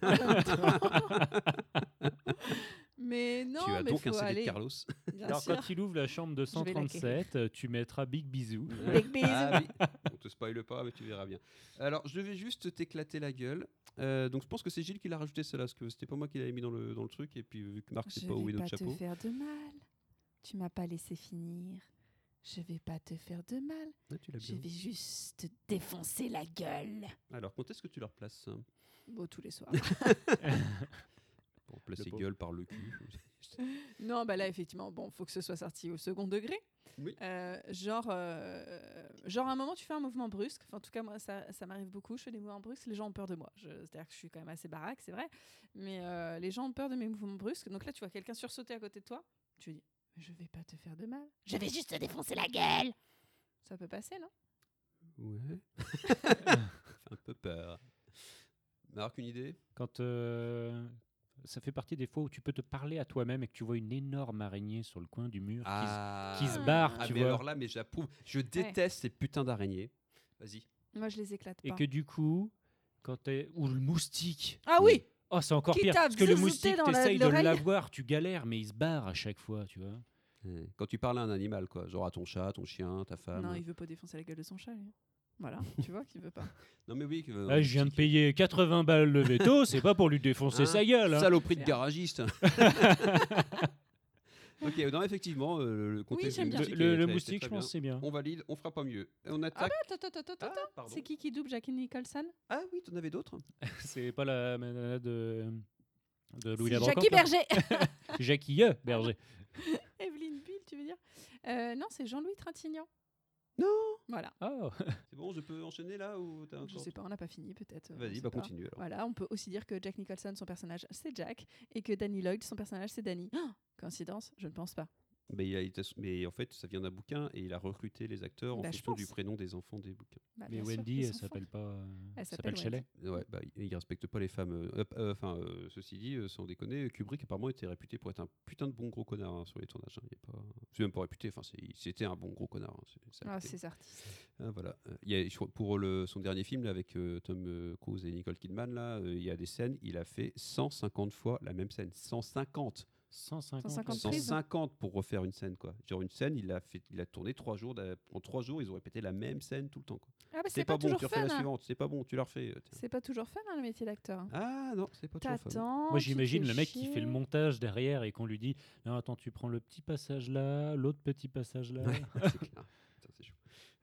[SPEAKER 8] en même temps. mais non,
[SPEAKER 7] tu as
[SPEAKER 8] mais
[SPEAKER 7] donc
[SPEAKER 8] faut
[SPEAKER 7] un CD
[SPEAKER 8] aller.
[SPEAKER 7] de
[SPEAKER 8] [laughs]
[SPEAKER 7] Carlos.
[SPEAKER 8] Bien
[SPEAKER 9] Alors
[SPEAKER 8] sûr.
[SPEAKER 9] quand il ouvre la chambre de
[SPEAKER 8] Je vais l'acquérir.
[SPEAKER 9] 137, euh, tu mettras Big Bisou.
[SPEAKER 8] Big bisous.
[SPEAKER 7] Ah
[SPEAKER 8] [laughs]
[SPEAKER 7] oui. On te spoile pas, mais tu verras bien. Alors, je vais juste t'éclater la gueule. Euh, donc, je pense que c'est Gilles qui l'a rajouté cela, parce que c'était pas moi qui l'avais mis dans le, dans le truc. Et puis, vu que Marc,
[SPEAKER 8] Je
[SPEAKER 7] c'est
[SPEAKER 8] vais
[SPEAKER 7] pas où est
[SPEAKER 8] pas
[SPEAKER 7] notre
[SPEAKER 8] te
[SPEAKER 7] chapeau.
[SPEAKER 8] faire de mal. Tu m'as pas laissé finir. Je vais pas te faire de mal.
[SPEAKER 7] Ah, tu l'as
[SPEAKER 8] Je
[SPEAKER 7] bien.
[SPEAKER 8] vais juste te défoncer la gueule.
[SPEAKER 7] Alors, quand est-ce que tu leur places euh, ça
[SPEAKER 8] Bon, tous les soirs.
[SPEAKER 7] Pour placer
[SPEAKER 9] pauvre.
[SPEAKER 7] gueule par le cul.
[SPEAKER 9] [laughs]
[SPEAKER 8] non, bah là, effectivement, bon, faut que ce soit sorti au second degré.
[SPEAKER 7] Oui.
[SPEAKER 8] Euh, genre, euh, genre, à un moment, tu fais un mouvement brusque. Enfin, en tout cas, moi, ça, ça m'arrive beaucoup. Je fais des mouvements brusques. Les gens ont peur de moi. Je- C'est-à-dire que je suis quand même assez baraque, c'est vrai. Mais euh, les gens ont peur de mes mouvements brusques. Donc là, tu vois quelqu'un sursauter à côté de toi. Tu dis, je vais pas te faire de mal.
[SPEAKER 10] Je vais juste te défoncer la gueule.
[SPEAKER 8] Ça peut passer, non
[SPEAKER 7] Ouais. un peu peur. Marc, une idée
[SPEAKER 9] [laughs] Quand euh, ça fait partie des fois où tu peux te parler à toi-même et que tu vois une énorme araignée sur le coin du mur qui se- qui, se
[SPEAKER 8] Ah.
[SPEAKER 9] barre,
[SPEAKER 7] Ah,
[SPEAKER 9] tu
[SPEAKER 7] mais
[SPEAKER 9] vois,
[SPEAKER 7] alors là, mais j'approuve. Je déteste ces putains d'araignées. Vas-y.
[SPEAKER 8] Moi, je les éclate
[SPEAKER 9] et
[SPEAKER 8] pas.
[SPEAKER 9] que du coup, quand t'es ou le moustique.
[SPEAKER 8] Ah oui
[SPEAKER 9] Oh, c'est encore
[SPEAKER 8] Qui
[SPEAKER 9] pire
[SPEAKER 8] t'a
[SPEAKER 9] parce que le
[SPEAKER 8] zouzouté
[SPEAKER 9] moustique,
[SPEAKER 8] dans la-
[SPEAKER 9] t'essayes de
[SPEAKER 8] l'oreille.
[SPEAKER 9] l'avoir, tu galères, mais il se barre à chaque fois, tu vois.
[SPEAKER 7] Euh, Quand tu parles à un animal, quoi. Genre à ton chat, ton chien, ta
[SPEAKER 9] Ah
[SPEAKER 7] femme. euh.
[SPEAKER 8] Non, il veut pas défoncer la gueule de son chat, lui. Voilà, tu vois qu'il veut
[SPEAKER 9] [laughs]
[SPEAKER 8] pas.
[SPEAKER 7] Non, mais oui. que- euh,
[SPEAKER 9] Ah, je viens de payer 80 balles le veto, c'est pas pour lui défoncer
[SPEAKER 7] Hein,
[SPEAKER 9] sa gueule. hein.
[SPEAKER 7] Saloperie de
[SPEAKER 9] [laughs]
[SPEAKER 7] garagiste. [laughs] ok, non, effectivement, euh, le- le contexte
[SPEAKER 8] j'aime
[SPEAKER 7] du
[SPEAKER 8] bien.
[SPEAKER 9] Le,
[SPEAKER 7] moustique
[SPEAKER 9] le-
[SPEAKER 7] est
[SPEAKER 9] le
[SPEAKER 7] très-
[SPEAKER 9] moustique,
[SPEAKER 7] très
[SPEAKER 9] je
[SPEAKER 7] bien.
[SPEAKER 9] pense, c'est bien.
[SPEAKER 7] On valide, on fera pas mieux. On
[SPEAKER 8] Ah
[SPEAKER 7] attaque.
[SPEAKER 8] bah, attends, attends, attends, attends.
[SPEAKER 7] Ah, pardon.
[SPEAKER 8] C'est qui qui double Jackie Nicholson
[SPEAKER 7] Ah oui, t'en avais d'autres
[SPEAKER 9] [laughs] C'est pas la manana de, de Louis
[SPEAKER 8] C'est
[SPEAKER 9] Labrocante.
[SPEAKER 8] Jackie Berger
[SPEAKER 9] hein. Jackie euh,
[SPEAKER 8] [laughs]
[SPEAKER 9] Berger.
[SPEAKER 8] Evelyne Bill, tu veux dire Euh, Non, c'est Jean-Louis Trintignant.
[SPEAKER 7] Non.
[SPEAKER 8] Voilà.
[SPEAKER 9] Oh.
[SPEAKER 7] C'est bon, je peux enchaîner là ou t'as
[SPEAKER 8] Je
[SPEAKER 7] encore-
[SPEAKER 8] sais pas, on n'a pas fini peut-être. euh, on
[SPEAKER 7] Vas-y,
[SPEAKER 8] sait
[SPEAKER 7] bah
[SPEAKER 8] pas.
[SPEAKER 7] continue alors.
[SPEAKER 8] Voilà, on peut aussi dire que Jack Nicholson, son personnage, c'est Jack, et que Danny Lloyd, son personnage, c'est Danny. [gasps] Ah Coïncidence Je ne pense pas.
[SPEAKER 7] Mais, il a été- mais en fait, ça vient d'un bouquin et il a recruté les acteurs en
[SPEAKER 8] Bah, je
[SPEAKER 7] fonction du
[SPEAKER 8] pense.
[SPEAKER 7] prénom des enfants des bouquins.
[SPEAKER 8] Bah,
[SPEAKER 9] Mais
[SPEAKER 8] bien sûr
[SPEAKER 9] Wendy,
[SPEAKER 8] qu'ils
[SPEAKER 9] elle
[SPEAKER 8] sont
[SPEAKER 9] s'appelle
[SPEAKER 8] forts.
[SPEAKER 9] pas. euh,
[SPEAKER 8] Elle
[SPEAKER 9] elle
[SPEAKER 8] s'appelle
[SPEAKER 9] s'appelle Shelley.
[SPEAKER 7] Ouais, bah, il il respecte pas les femmes. euh, hop, euh, Enfin, euh, ceci dit, euh, sans déconner, Kubrick apparemment était réputé pour être un putain de bon gros connard hein, sur les tournages. hein, il est pas... C'est même pas réputé, enfin, c'est- c'était un bon gros connard. hein, c'est- ça a
[SPEAKER 8] Ah,
[SPEAKER 7] été.
[SPEAKER 8] ces artistes.
[SPEAKER 7] Ah, voilà. Euh, il y a- je crois- pour le, son dernier film là, avec euh, Tom euh, Cruise et Nicole Kidman, là, euh, il y a des scènes, il a fait 150 fois la même scène. 150
[SPEAKER 9] 150.
[SPEAKER 8] 150
[SPEAKER 9] 150.
[SPEAKER 8] prises. hein.
[SPEAKER 7] 150 pour refaire une scène, quoi. Genre une scène, il a, fait, il a tourné trois jours. d'a- En trois jours, ils ont répété la même scène tout le temps. quoi.
[SPEAKER 8] Ah, bah,
[SPEAKER 7] C'est pas, bon,
[SPEAKER 8] toujours
[SPEAKER 7] tu refais
[SPEAKER 8] fun.
[SPEAKER 7] la
[SPEAKER 8] hein.
[SPEAKER 7] suivante. C'est pas bon, tu la refais. euh, tiens.
[SPEAKER 8] C'est pas toujours fun, hein, le métier d'acteur. hein.
[SPEAKER 7] Ah non, c'est pas toujours fun.
[SPEAKER 8] T'attends.
[SPEAKER 9] Moi,
[SPEAKER 8] tu te
[SPEAKER 9] j'imagine
[SPEAKER 8] fais
[SPEAKER 9] le mec qui fait
[SPEAKER 8] chier.
[SPEAKER 9] le montage derrière et qu'on lui dit Non, attends, tu prends le petit passage là, l'autre petit passage là.
[SPEAKER 7] Ouais, c'est clair. Putain, hein. c'est chaud.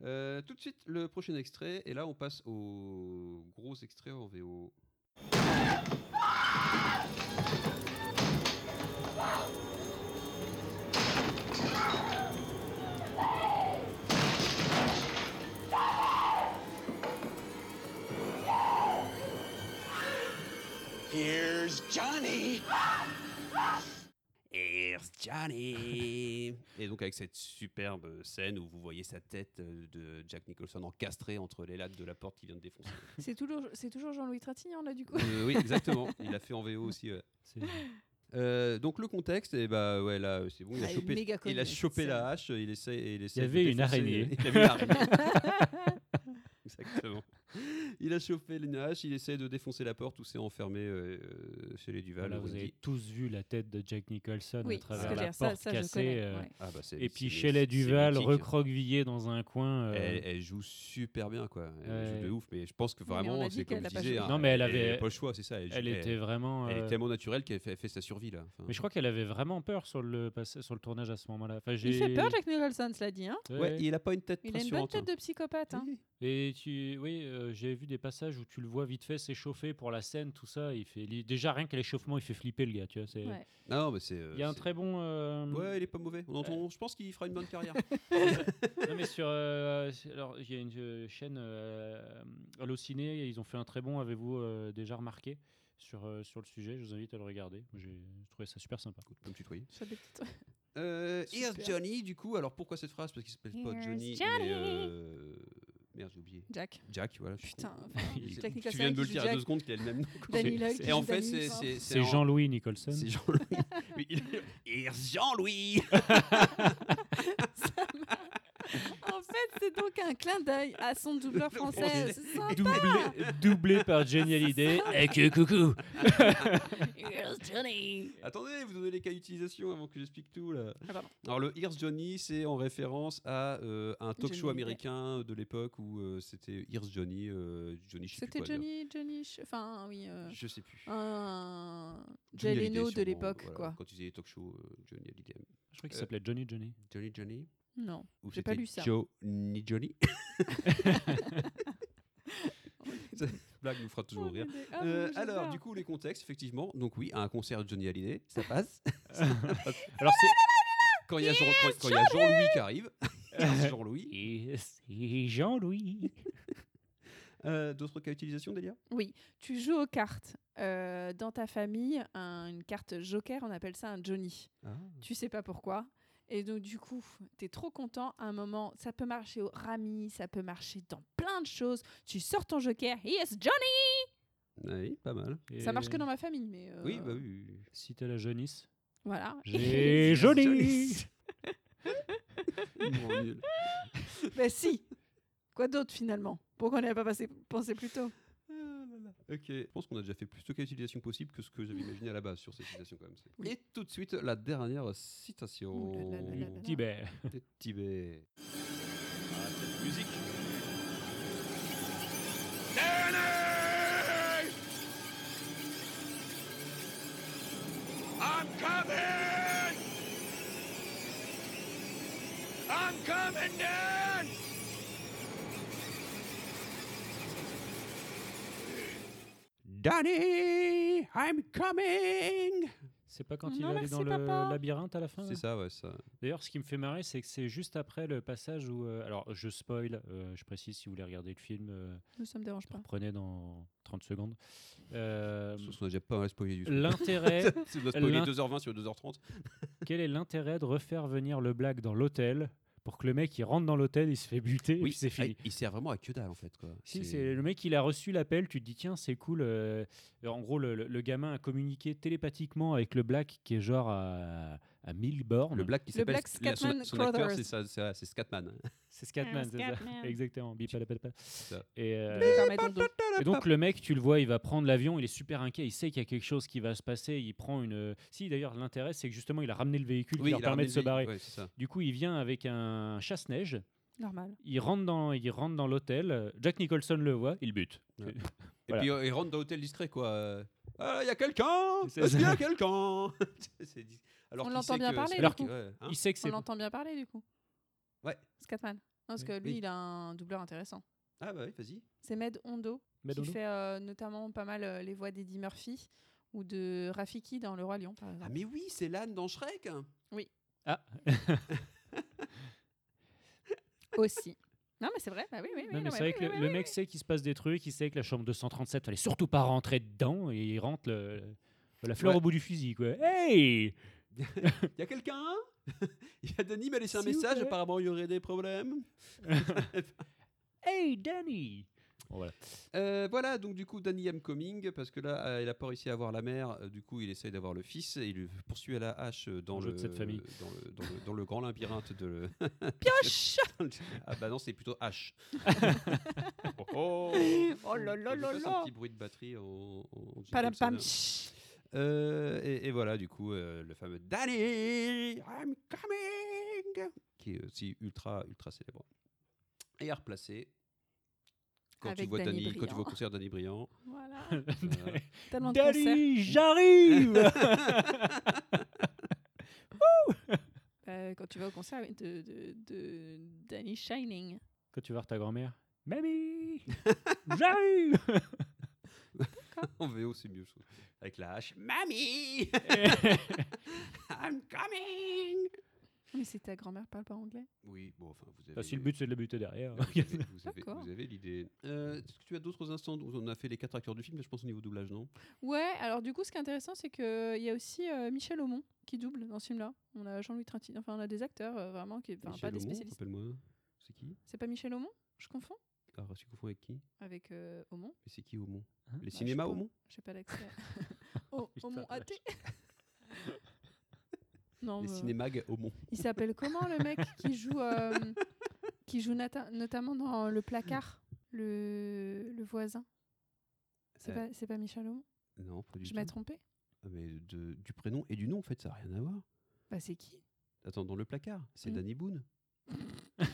[SPEAKER 7] Euh, tout de suite, le prochain extrait. Et là, on passe au gros extrait en VO.
[SPEAKER 2] Here's Johnny.
[SPEAKER 7] Here's Johnny Et donc avec cette superbe scène où vous voyez sa tête euh, de Jack Nicholson encastrée entre les lattes de la porte qui vient de défoncer.
[SPEAKER 8] C'est toujours, c'est toujours Jean-Louis Trintignant, là, du coup.
[SPEAKER 7] [laughs] Euh, oui, exactement. Il l'a fait en VO aussi. ouais. [laughs]
[SPEAKER 9] C'est-
[SPEAKER 7] Euh, donc le contexte, et bah ouais là euh, c'est bon, il a
[SPEAKER 8] Ah,
[SPEAKER 7] chopé,
[SPEAKER 8] méga connu,
[SPEAKER 7] il a
[SPEAKER 8] cette
[SPEAKER 7] chopé
[SPEAKER 8] scène.
[SPEAKER 7] la hache, il essaie, il essaie de
[SPEAKER 9] avait une
[SPEAKER 7] défoncer-
[SPEAKER 9] araignée.
[SPEAKER 7] [laughs] Il avait une araignée.
[SPEAKER 9] [laughs]
[SPEAKER 7] Exactement. Il a chopé une hache, il essaie de défoncer la porte où s'est enfermé euh, euh, chez les Duval.
[SPEAKER 9] Voilà,
[SPEAKER 7] le
[SPEAKER 9] vous avez
[SPEAKER 7] Wendy.
[SPEAKER 9] tous vu la tête de Jack Nicholson
[SPEAKER 8] Oui,
[SPEAKER 9] à
[SPEAKER 8] c'est ce
[SPEAKER 9] travers
[SPEAKER 8] que
[SPEAKER 9] la
[SPEAKER 8] j'ai- ça-
[SPEAKER 9] porte
[SPEAKER 8] ça, je
[SPEAKER 9] cassée.
[SPEAKER 8] connais,
[SPEAKER 9] euh,
[SPEAKER 8] ouais.
[SPEAKER 7] Ah, bah, c'est-
[SPEAKER 9] Et puis
[SPEAKER 7] c'est-
[SPEAKER 9] Shelley
[SPEAKER 7] c'est
[SPEAKER 9] Duval
[SPEAKER 7] mythique.
[SPEAKER 9] recroquevillée dans un coin. euh,
[SPEAKER 7] Elle, elle joue super bien, quoi. Elle joue de
[SPEAKER 9] Ouais.
[SPEAKER 7] ouf, mais je pense que
[SPEAKER 8] Oui, mais on a
[SPEAKER 7] vraiment,
[SPEAKER 8] dit
[SPEAKER 7] c'est comme
[SPEAKER 8] qu'elle
[SPEAKER 7] je
[SPEAKER 8] a pas
[SPEAKER 7] disais. hein,
[SPEAKER 8] joué.
[SPEAKER 9] Non, mais elle avait-
[SPEAKER 7] pas le choix, c'est ça. Elle,
[SPEAKER 9] Elle
[SPEAKER 7] elle-
[SPEAKER 9] était vraiment.
[SPEAKER 7] elle est
[SPEAKER 9] euh,
[SPEAKER 7] tellement naturelle qu'elle fait, elle fait sa survie, là. Enfin,
[SPEAKER 9] Mais je crois qu'elle avait vraiment peur sur le, pas- sur le tournage à ce moment-là. Enfin,
[SPEAKER 8] Il
[SPEAKER 9] j'ai-
[SPEAKER 8] fait peur, Jack Nicholson, cela dit. Hein.
[SPEAKER 9] Ouais.
[SPEAKER 7] Ouais, et il a pas une tête
[SPEAKER 8] Il a une bonne
[SPEAKER 7] rassurante.
[SPEAKER 8] tête de psychopathe. Hein.
[SPEAKER 9] Et tu, oui, euh, j'ai vu des passages où tu le vois vite fait s'échauffer pour la scène, tout ça. Il fait li- déjà rien que l'échauffement, il fait flipper le gars, tu vois. c'est- Il
[SPEAKER 8] Ouais.
[SPEAKER 7] Non, mais c'est. euh,
[SPEAKER 9] y a un
[SPEAKER 7] c'est-
[SPEAKER 9] très bon. euh,
[SPEAKER 7] Ouais, il est pas mauvais. On entend- Je pense qu'il fera une bonne
[SPEAKER 9] [laughs]
[SPEAKER 7] carrière.
[SPEAKER 9] non, mais sur, euh, c'est- alors il y a une euh, chaîne euh, Allociné, ils ont fait un très bon. Avez-vous euh, déjà remarqué sur euh, sur le sujet Je vous invite à le regarder. Moi, J'ai trouvé ça super sympa.
[SPEAKER 7] Comme tutoyer.
[SPEAKER 8] Sur des petites-
[SPEAKER 7] Euh,
[SPEAKER 8] Super.
[SPEAKER 7] Here's Johnny, du coup. Alors pourquoi cette phrase Parce qu'il s'appelle pas
[SPEAKER 10] Here's
[SPEAKER 7] Johnny.
[SPEAKER 10] Johnny.
[SPEAKER 7] mais, euh, Merde, j'ai oublié.
[SPEAKER 8] Jack.
[SPEAKER 7] Jack, voilà. je suis
[SPEAKER 9] [laughs]
[SPEAKER 8] Putain.
[SPEAKER 7] con.
[SPEAKER 8] enfin,
[SPEAKER 7] Il-
[SPEAKER 8] Jack
[SPEAKER 7] Tu
[SPEAKER 8] Nicholson
[SPEAKER 7] viens de
[SPEAKER 8] qui
[SPEAKER 7] me le dire
[SPEAKER 8] joue
[SPEAKER 7] il y a
[SPEAKER 8] Jack.
[SPEAKER 7] deux secondes qu'il a le même nom. quoi.
[SPEAKER 8] Danny Lloyd qui
[SPEAKER 7] Et en
[SPEAKER 8] joue
[SPEAKER 7] fait,
[SPEAKER 8] Danny,
[SPEAKER 7] c'est-
[SPEAKER 8] enfin.
[SPEAKER 7] c'est
[SPEAKER 9] C'est
[SPEAKER 7] en-
[SPEAKER 9] Jean-Louis Nicholson.
[SPEAKER 7] C'est Jean-Louis. [laughs] Oui, il- Here's Jean-Louis
[SPEAKER 8] En fait, c'est donc un clin d'œil à son doubleur français. C'est
[SPEAKER 7] [laughs]
[SPEAKER 8] ça
[SPEAKER 9] doublé, doublé par Johnny Hallyday. Et que coucou.
[SPEAKER 8] euh,
[SPEAKER 10] Here's Johnny.
[SPEAKER 7] Attendez, vous donnez les cas d'utilisation avant que j'explique tout là.
[SPEAKER 8] Ah, pardon.
[SPEAKER 7] Alors le Here's Johnny, c'est en référence à euh, un talk
[SPEAKER 8] Johnny
[SPEAKER 7] show
[SPEAKER 8] Hallyday.
[SPEAKER 7] américain de l'époque où euh, c'était Here's Johnny, euh, Johnny je sais plus
[SPEAKER 8] C'était
[SPEAKER 7] quoi,
[SPEAKER 8] Johnny, Johnny, Ch- enfin oui, euh,
[SPEAKER 7] d'ailleurs. Je sais plus.
[SPEAKER 8] un Jay
[SPEAKER 7] Johnny Hallyday,
[SPEAKER 8] Leno de
[SPEAKER 7] sûrement,
[SPEAKER 8] l'époque
[SPEAKER 7] voilà,
[SPEAKER 8] quoi.
[SPEAKER 7] Quand ils faisaient les talk shows, euh, Johnny Hallyday.
[SPEAKER 9] Je crois qu'il
[SPEAKER 7] Euh,
[SPEAKER 9] s'appelait Johnny Johnny.
[SPEAKER 7] Johnny Johnny
[SPEAKER 8] Non.
[SPEAKER 7] Ou
[SPEAKER 8] J'ai pas
[SPEAKER 7] c'était
[SPEAKER 8] lu ça.
[SPEAKER 7] Joe ni
[SPEAKER 8] [laughs]
[SPEAKER 7] Johnny. [laughs] Cette blague nous fera
[SPEAKER 8] Oh,
[SPEAKER 7] toujours rire.
[SPEAKER 8] Ah
[SPEAKER 7] Euh, alors, du coup, les contextes, effectivement. Donc, oui, à un concert de Johnny Hallyday, ça
[SPEAKER 8] [laughs]
[SPEAKER 7] passe.
[SPEAKER 9] Alors, c'est.
[SPEAKER 7] quand il y a Jean- quand- quand il y a Jean-Louis qui [laughs] arrive, Euh, Jean-Louis.
[SPEAKER 9] Et c'est Jean-Louis.
[SPEAKER 7] Euh, D'autres cas d'utilisation, Delia
[SPEAKER 8] Oui, tu joues aux cartes. Euh, dans ta famille, un- une carte joker, on appelle ça un Johnny.
[SPEAKER 7] Ah.
[SPEAKER 8] Tu sais pas pourquoi. Et donc, du coup, tu es trop content. À un moment, ça peut marcher au rami, ça peut marcher dans plein de choses. Tu sors ton joker, yes, Johnny
[SPEAKER 7] Ah Oui, pas mal.
[SPEAKER 8] Ça marche que dans ma famille, mais. euh,
[SPEAKER 7] Oui, bah oui. oui.
[SPEAKER 9] Si t'as la jaunisse.
[SPEAKER 8] Voilà.
[SPEAKER 9] J'ai joli.
[SPEAKER 7] Bon,
[SPEAKER 8] [laughs]
[SPEAKER 7] nul.
[SPEAKER 8] bah si Quoi d'autre finalement Pourquoi on n'y a pas passé, pensé plus tôt Ah
[SPEAKER 7] Ok, je pense qu'on a déjà fait plus de cas d'utilisation possible que ce que j'avais imaginé à la base sur cette citation quand même. C'est- Et tout de suite, la dernière citation.
[SPEAKER 8] Ouh là là là là là.
[SPEAKER 9] Tibet.
[SPEAKER 7] De Tibet. Danny, I'm coming
[SPEAKER 9] C'est pas quand il
[SPEAKER 8] Non,
[SPEAKER 9] va aller
[SPEAKER 8] merci,
[SPEAKER 9] dans le
[SPEAKER 8] papa.
[SPEAKER 9] labyrinthe à la fin là
[SPEAKER 7] C'est ça, ouais, ça.
[SPEAKER 9] D'ailleurs, ce qui me fait marrer, c'est que c'est juste après le passage où. euh, alors, je spoil, euh, je précise si vous voulez regarder le film, euh,
[SPEAKER 8] Nous, ça me dérange pas.
[SPEAKER 9] reprenez dans 30 secondes. Euh,
[SPEAKER 7] Sauf qu'on a déjà pas mal spoilé du [laughs] film.
[SPEAKER 9] [laughs] L'intérêt,
[SPEAKER 7] Si on doit spoiler
[SPEAKER 9] l'in-
[SPEAKER 7] 2h20 sur 2h30.
[SPEAKER 9] quel est l'intérêt de refaire venir le black dans l'hôtel pour que le mec il rentre dans l'hôtel, il se fait buter, et puis c'est fini.
[SPEAKER 7] ah, Il sert vraiment à que dalle en fait. Quoi.
[SPEAKER 9] Si, c'est le mec, il a reçu l'appel, tu te dis, tiens, c'est cool. euh, en gros, le, le- le gamin a communiqué télépathiquement avec le Black qui est genre à, à 1000 bornes.
[SPEAKER 7] Le black qui
[SPEAKER 8] Le
[SPEAKER 7] s'appelle.
[SPEAKER 8] Black
[SPEAKER 7] la- son-
[SPEAKER 8] Scatman
[SPEAKER 7] Son acteur,
[SPEAKER 8] Crothers.
[SPEAKER 7] c'est ça, c'est ça, c'est Scatman.
[SPEAKER 9] C'est Scatman, c'est ça. [laughs] Exactement. Bip, bap, bap, bap.
[SPEAKER 7] ça.
[SPEAKER 9] Et, euh,
[SPEAKER 8] Je vais fermer ton dos.
[SPEAKER 9] et donc, le mec, tu le vois, il va prendre l'avion, il est super inquiet, il sait qu'il y a quelque chose qui va se passer. Il prend une. euh, Si, d'ailleurs, l'intérêt, c'est que justement, il a ramené le véhicule qui leur
[SPEAKER 7] il a ramené
[SPEAKER 9] permet de
[SPEAKER 7] le
[SPEAKER 9] se
[SPEAKER 7] véhicule,
[SPEAKER 9] barrer.
[SPEAKER 7] ouais, c'est ça.
[SPEAKER 9] Du coup, il vient avec un chasse-neige.
[SPEAKER 8] Normal.
[SPEAKER 9] Il rentre dans, il rentre dans l'hôtel. euh, Jack Nicholson le voit, il bute.
[SPEAKER 7] Ouais. Et
[SPEAKER 9] Voilà.
[SPEAKER 7] puis euh, il rentre dans l'hôtel distrait quoi. Euh, Ah il y a quelqu'un
[SPEAKER 9] C'est
[SPEAKER 7] Est-ce
[SPEAKER 9] ça.
[SPEAKER 7] qu'il y a quelqu'un [laughs] C'est dit- Alors
[SPEAKER 8] On
[SPEAKER 7] qu'il
[SPEAKER 8] l'entend
[SPEAKER 7] sait
[SPEAKER 8] bien
[SPEAKER 7] que-
[SPEAKER 8] parler,
[SPEAKER 7] alors
[SPEAKER 8] du
[SPEAKER 7] qu'il-
[SPEAKER 8] coup.
[SPEAKER 7] ouais, hein.
[SPEAKER 9] Il sait que
[SPEAKER 8] On
[SPEAKER 9] c'est.
[SPEAKER 8] l'entend bien parler du coup.
[SPEAKER 7] Ouais.
[SPEAKER 8] Scatman. Non, parce
[SPEAKER 9] Oui,
[SPEAKER 8] que lui,
[SPEAKER 7] oui.
[SPEAKER 8] il a un doubleur intéressant.
[SPEAKER 7] Ah bah oui, vas-y.
[SPEAKER 8] C'est Med Hondo
[SPEAKER 9] Med
[SPEAKER 8] qui
[SPEAKER 9] Hondo
[SPEAKER 8] fait euh, notamment pas mal euh, les voix d'Eddie Murphy ou de Rafiki dans Le Roi Lion, par
[SPEAKER 7] Ah
[SPEAKER 8] exemple.
[SPEAKER 7] mais oui, c'est l'âne dans Shrek.
[SPEAKER 9] Ah.
[SPEAKER 8] Aussi. Non, mais c'est vrai. Bah oui, oui, oui.
[SPEAKER 9] Non, mais c'est vrai
[SPEAKER 8] oui, oui,
[SPEAKER 9] que le,
[SPEAKER 8] oui,
[SPEAKER 9] le
[SPEAKER 8] oui.
[SPEAKER 9] mec sait qu'il se passe des trucs, il sait que la chambre 237, fallait surtout pas rentrer dedans, et il rentre le- la fleur
[SPEAKER 7] Ouais.
[SPEAKER 9] au bout du fusil, quoi. Hey
[SPEAKER 7] Il y a quelqu'un [laughs] Il y a Denis m'a laissé un
[SPEAKER 9] S'il vous
[SPEAKER 7] message,
[SPEAKER 9] plaît.
[SPEAKER 7] apparemment il y aurait des problèmes.
[SPEAKER 9] Hey, Danny Bon, voilà.
[SPEAKER 7] Euh, voilà, donc du coup Danny am coming parce que là euh, il a pas réussi à avoir la mère, euh, du coup il essaye d'avoir le fils et il le poursuit à la hache euh, dans
[SPEAKER 9] Enjeu
[SPEAKER 7] le
[SPEAKER 9] de cette famille.
[SPEAKER 7] dans le, dans le- dans le grand labyrinthe de
[SPEAKER 9] [laughs]
[SPEAKER 7] le-
[SPEAKER 8] Pioche
[SPEAKER 7] Ah bah non, c'est plutôt H. [laughs] oh,
[SPEAKER 8] [laughs] Oh là là
[SPEAKER 7] Je
[SPEAKER 8] là
[SPEAKER 7] fasse
[SPEAKER 8] là.
[SPEAKER 7] Un petit bruit de batterie au, au- au
[SPEAKER 8] Padam
[SPEAKER 7] jingle
[SPEAKER 8] pam.
[SPEAKER 7] sonore.
[SPEAKER 8] tch.
[SPEAKER 7] Euh, et, et voilà, du coup, euh, le fameux Danny, I'm coming, qui est aussi ultra, ultra célèbre. Et à replacer. Quand tu
[SPEAKER 8] Avec
[SPEAKER 7] vois
[SPEAKER 8] Danny
[SPEAKER 7] Danny, quand tu
[SPEAKER 8] Briand.
[SPEAKER 7] vois au concert Danny Briand.
[SPEAKER 8] Voilà.
[SPEAKER 7] voilà.
[SPEAKER 9] [laughs]
[SPEAKER 8] Tellement de concerts.
[SPEAKER 9] Danny, j'arrive
[SPEAKER 7] [laughs]
[SPEAKER 8] Euh, quand tu vas au concert oui, de, de, de Danny Shining.
[SPEAKER 9] Quand tu vas voir ta grand-mère,
[SPEAKER 7] [laughs]
[SPEAKER 9] Mamie J'arrive
[SPEAKER 7] [laughs] en VO, c'est mieux, je trouve. Avec la hache. Mammy, [laughs] I'm coming.
[SPEAKER 8] Mais c'est ta grand-mère parle pas anglais.
[SPEAKER 7] Oui, bon, enfin, vous avez.
[SPEAKER 9] Enfin, Si le but Ah, c'est de la buter
[SPEAKER 7] [laughs]
[SPEAKER 9] derrière. [laughs]
[SPEAKER 7] Vous avez, vous avez-
[SPEAKER 8] D'accord.
[SPEAKER 7] vous avez l'idée. Euh, Est-ce que tu as d'autres instants où on a fait les quatre acteurs du film mais Je pense au niveau doublage, non
[SPEAKER 8] Ouais, alors du coup, ce qui est intéressant, c'est que il y a aussi euh, Michel Aumont qui double dans ce film-là. On a Jean-Louis Trintignant, enfin on a des acteurs euh, vraiment qui, enfin
[SPEAKER 7] Michel
[SPEAKER 8] pas des
[SPEAKER 7] Aumont,
[SPEAKER 8] spécialistes.
[SPEAKER 7] Rappelle-moi, c'est qui
[SPEAKER 8] C'est pas Michel Aumont Je confonds
[SPEAKER 7] Alors, tu confonds avec qui
[SPEAKER 8] avec euh, Aumont.
[SPEAKER 7] Mais c'est qui Aumont
[SPEAKER 9] Hein
[SPEAKER 7] Les
[SPEAKER 8] Bah, je
[SPEAKER 7] cinémas
[SPEAKER 8] sais pas.
[SPEAKER 7] Aumont
[SPEAKER 8] J'ai pas l'accès.
[SPEAKER 7] [laughs]
[SPEAKER 8] oh,
[SPEAKER 9] Putain,
[SPEAKER 8] Aumont [laughs]
[SPEAKER 9] la
[SPEAKER 8] athée. non,
[SPEAKER 7] Les
[SPEAKER 8] mais, euh,
[SPEAKER 7] cinémags Aumont.
[SPEAKER 8] il s'appelle comment le mec qui joue euh, qui joue nata- notamment dans le placard, le, le voisin. C'est
[SPEAKER 7] Euh,
[SPEAKER 8] pas c'est pas Michel Aumont
[SPEAKER 7] Non, pas du
[SPEAKER 8] Je
[SPEAKER 7] tout.
[SPEAKER 8] m'ai trompé
[SPEAKER 7] Ah, Mais de- du prénom et du nom, en fait, ça n'a rien à voir.
[SPEAKER 8] Bah c'est qui
[SPEAKER 7] Attends, dans le placard, c'est
[SPEAKER 8] Mm.
[SPEAKER 7] Danny Boone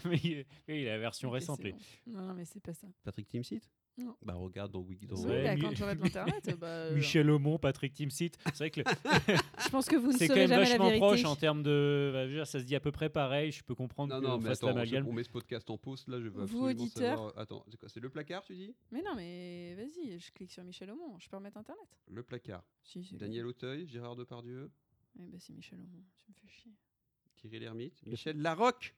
[SPEAKER 9] mais, il- mais il a la version
[SPEAKER 8] Ok,
[SPEAKER 9] récente.
[SPEAKER 8] c'est
[SPEAKER 9] lui.
[SPEAKER 8] bon. Non, non, mais c'est pas ça.
[SPEAKER 7] Patrick Timsit
[SPEAKER 8] Non.
[SPEAKER 7] Bah regarde dans Wiki. Dans
[SPEAKER 9] Ouais,
[SPEAKER 8] Oui, bah,
[SPEAKER 9] Mi-
[SPEAKER 8] quand j'aurai de l'internet,
[SPEAKER 9] [laughs]
[SPEAKER 8] bah, euh, ah,
[SPEAKER 9] Michel Aumont, Patrick Timsit. C'est vrai que le-
[SPEAKER 8] je pense que vous ne
[SPEAKER 9] c'est quand
[SPEAKER 8] saurez
[SPEAKER 9] même
[SPEAKER 8] jamais la
[SPEAKER 9] vachement
[SPEAKER 8] vérité.
[SPEAKER 9] proche en termes de. bah, je veux dire, ça se dit à peu près pareil. Je peux comprendre
[SPEAKER 7] Non,
[SPEAKER 9] qu'on
[SPEAKER 7] non, mais
[SPEAKER 9] euh, fasse
[SPEAKER 7] attends,
[SPEAKER 9] l'amalgame.
[SPEAKER 7] on met ce podcast en pause, là, je veux
[SPEAKER 8] Vous,
[SPEAKER 7] absolument
[SPEAKER 8] auditeurs.
[SPEAKER 7] savoir- Attends, c'est quoi C'est le placard, tu dis
[SPEAKER 8] Mais non, mais vas-y, je clique sur Michel Aumont. Je peux remettre internet.
[SPEAKER 7] Le placard.
[SPEAKER 8] Si, c'est lui.
[SPEAKER 7] Daniel Auteuil, Gérard Depardieu,
[SPEAKER 8] Ouais, bah, c'est Michel Aumont. Tu me fais chier.
[SPEAKER 7] Thierry Lhermitte, Michel Larocque,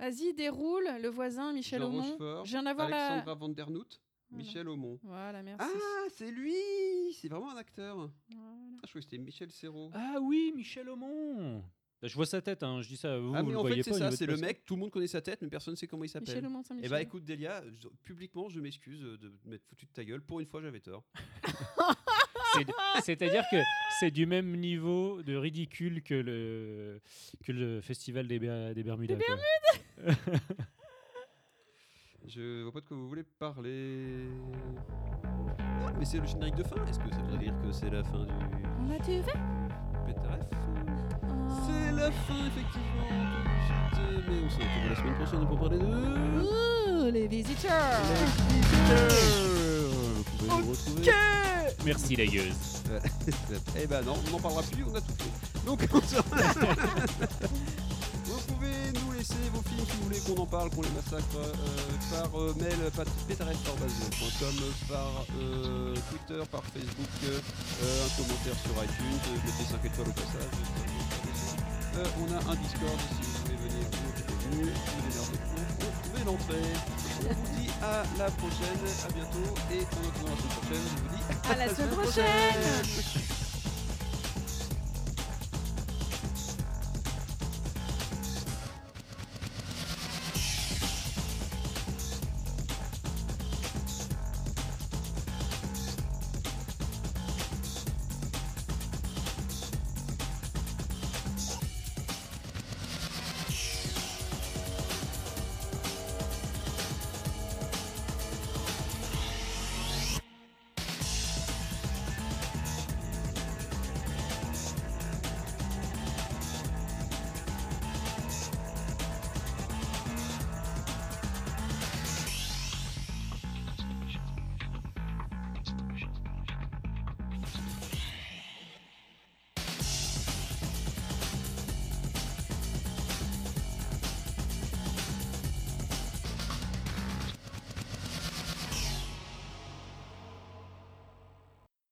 [SPEAKER 8] Vas-y, déroule. Le voisin, Michel
[SPEAKER 7] Jean
[SPEAKER 8] Aumont.
[SPEAKER 7] Rochefort,
[SPEAKER 8] Je viens d'avoir la.
[SPEAKER 7] Alexandra Van Der Noot,
[SPEAKER 8] Voilà.
[SPEAKER 7] Michel Aumont.
[SPEAKER 8] Voilà, merci.
[SPEAKER 7] Ah, c'est lui C'est vraiment un acteur.
[SPEAKER 8] Voilà.
[SPEAKER 7] Ah, je croyais que c'était Michel Serrault.
[SPEAKER 9] Ah oui, Michel Aumont. Bah, je vois sa tête. hein, Je dis ça. Vous,
[SPEAKER 7] Ah,
[SPEAKER 9] vous
[SPEAKER 7] mais
[SPEAKER 9] le
[SPEAKER 7] en fait,
[SPEAKER 9] voyez
[SPEAKER 7] c'est
[SPEAKER 9] pas au
[SPEAKER 7] ça,
[SPEAKER 9] niveau de
[SPEAKER 7] c'est le
[SPEAKER 9] Pascal.
[SPEAKER 7] mec, tout le monde connaît sa tête, mais personne ne sait comment il
[SPEAKER 8] Michel
[SPEAKER 7] s'appelle.
[SPEAKER 8] Aumont, Saint-Michel.
[SPEAKER 7] Eh bah écoute, Delia, je- publiquement, je m'excuse de te m'être foutu de ta gueule. Pour une fois, j'avais tort.
[SPEAKER 9] C'est- C'est-à-dire que c'est du même niveau de ridicule que le, que le festival des, Ber- des Bermudas. quoi.
[SPEAKER 7] Je vois pas de quoi vous voulez parler. Ah, mais c'est le générique de fin. Est-ce que ça veut dire que c'est la fin du
[SPEAKER 8] On a tué.
[SPEAKER 7] PTRF
[SPEAKER 8] Oh.
[SPEAKER 7] C'est la fin, effectivement. tout de suite. Mais on se retrouve la semaine prochaine pour parler de.
[SPEAKER 8] Ouh, les visiteurs.
[SPEAKER 7] Vous pouvez nous retrouver.
[SPEAKER 9] Merci la gueuse.
[SPEAKER 7] Eh ben non, on n'en parlera plus, on a tout fait. Donc, [laughs] on se- vous pouvez nous laisser vos films si vous voulez qu'on en parle, qu'on les massacre euh, par euh, mail pétaref.com, par euh, Twitter, par Facebook, euh, euh, un commentaire sur iTunes, euh, mettez 5 étoiles au passage. Euh, on a un Discord si vous voulez venir, vous êtes les bienvenus, vous démerdez vous, vous pouvez l'entrer. On vous dit à la prochaine, à bientôt et en attendant la semaine prochaine, je vous dis
[SPEAKER 8] À la semaine prochaine.
[SPEAKER 7] prochaine.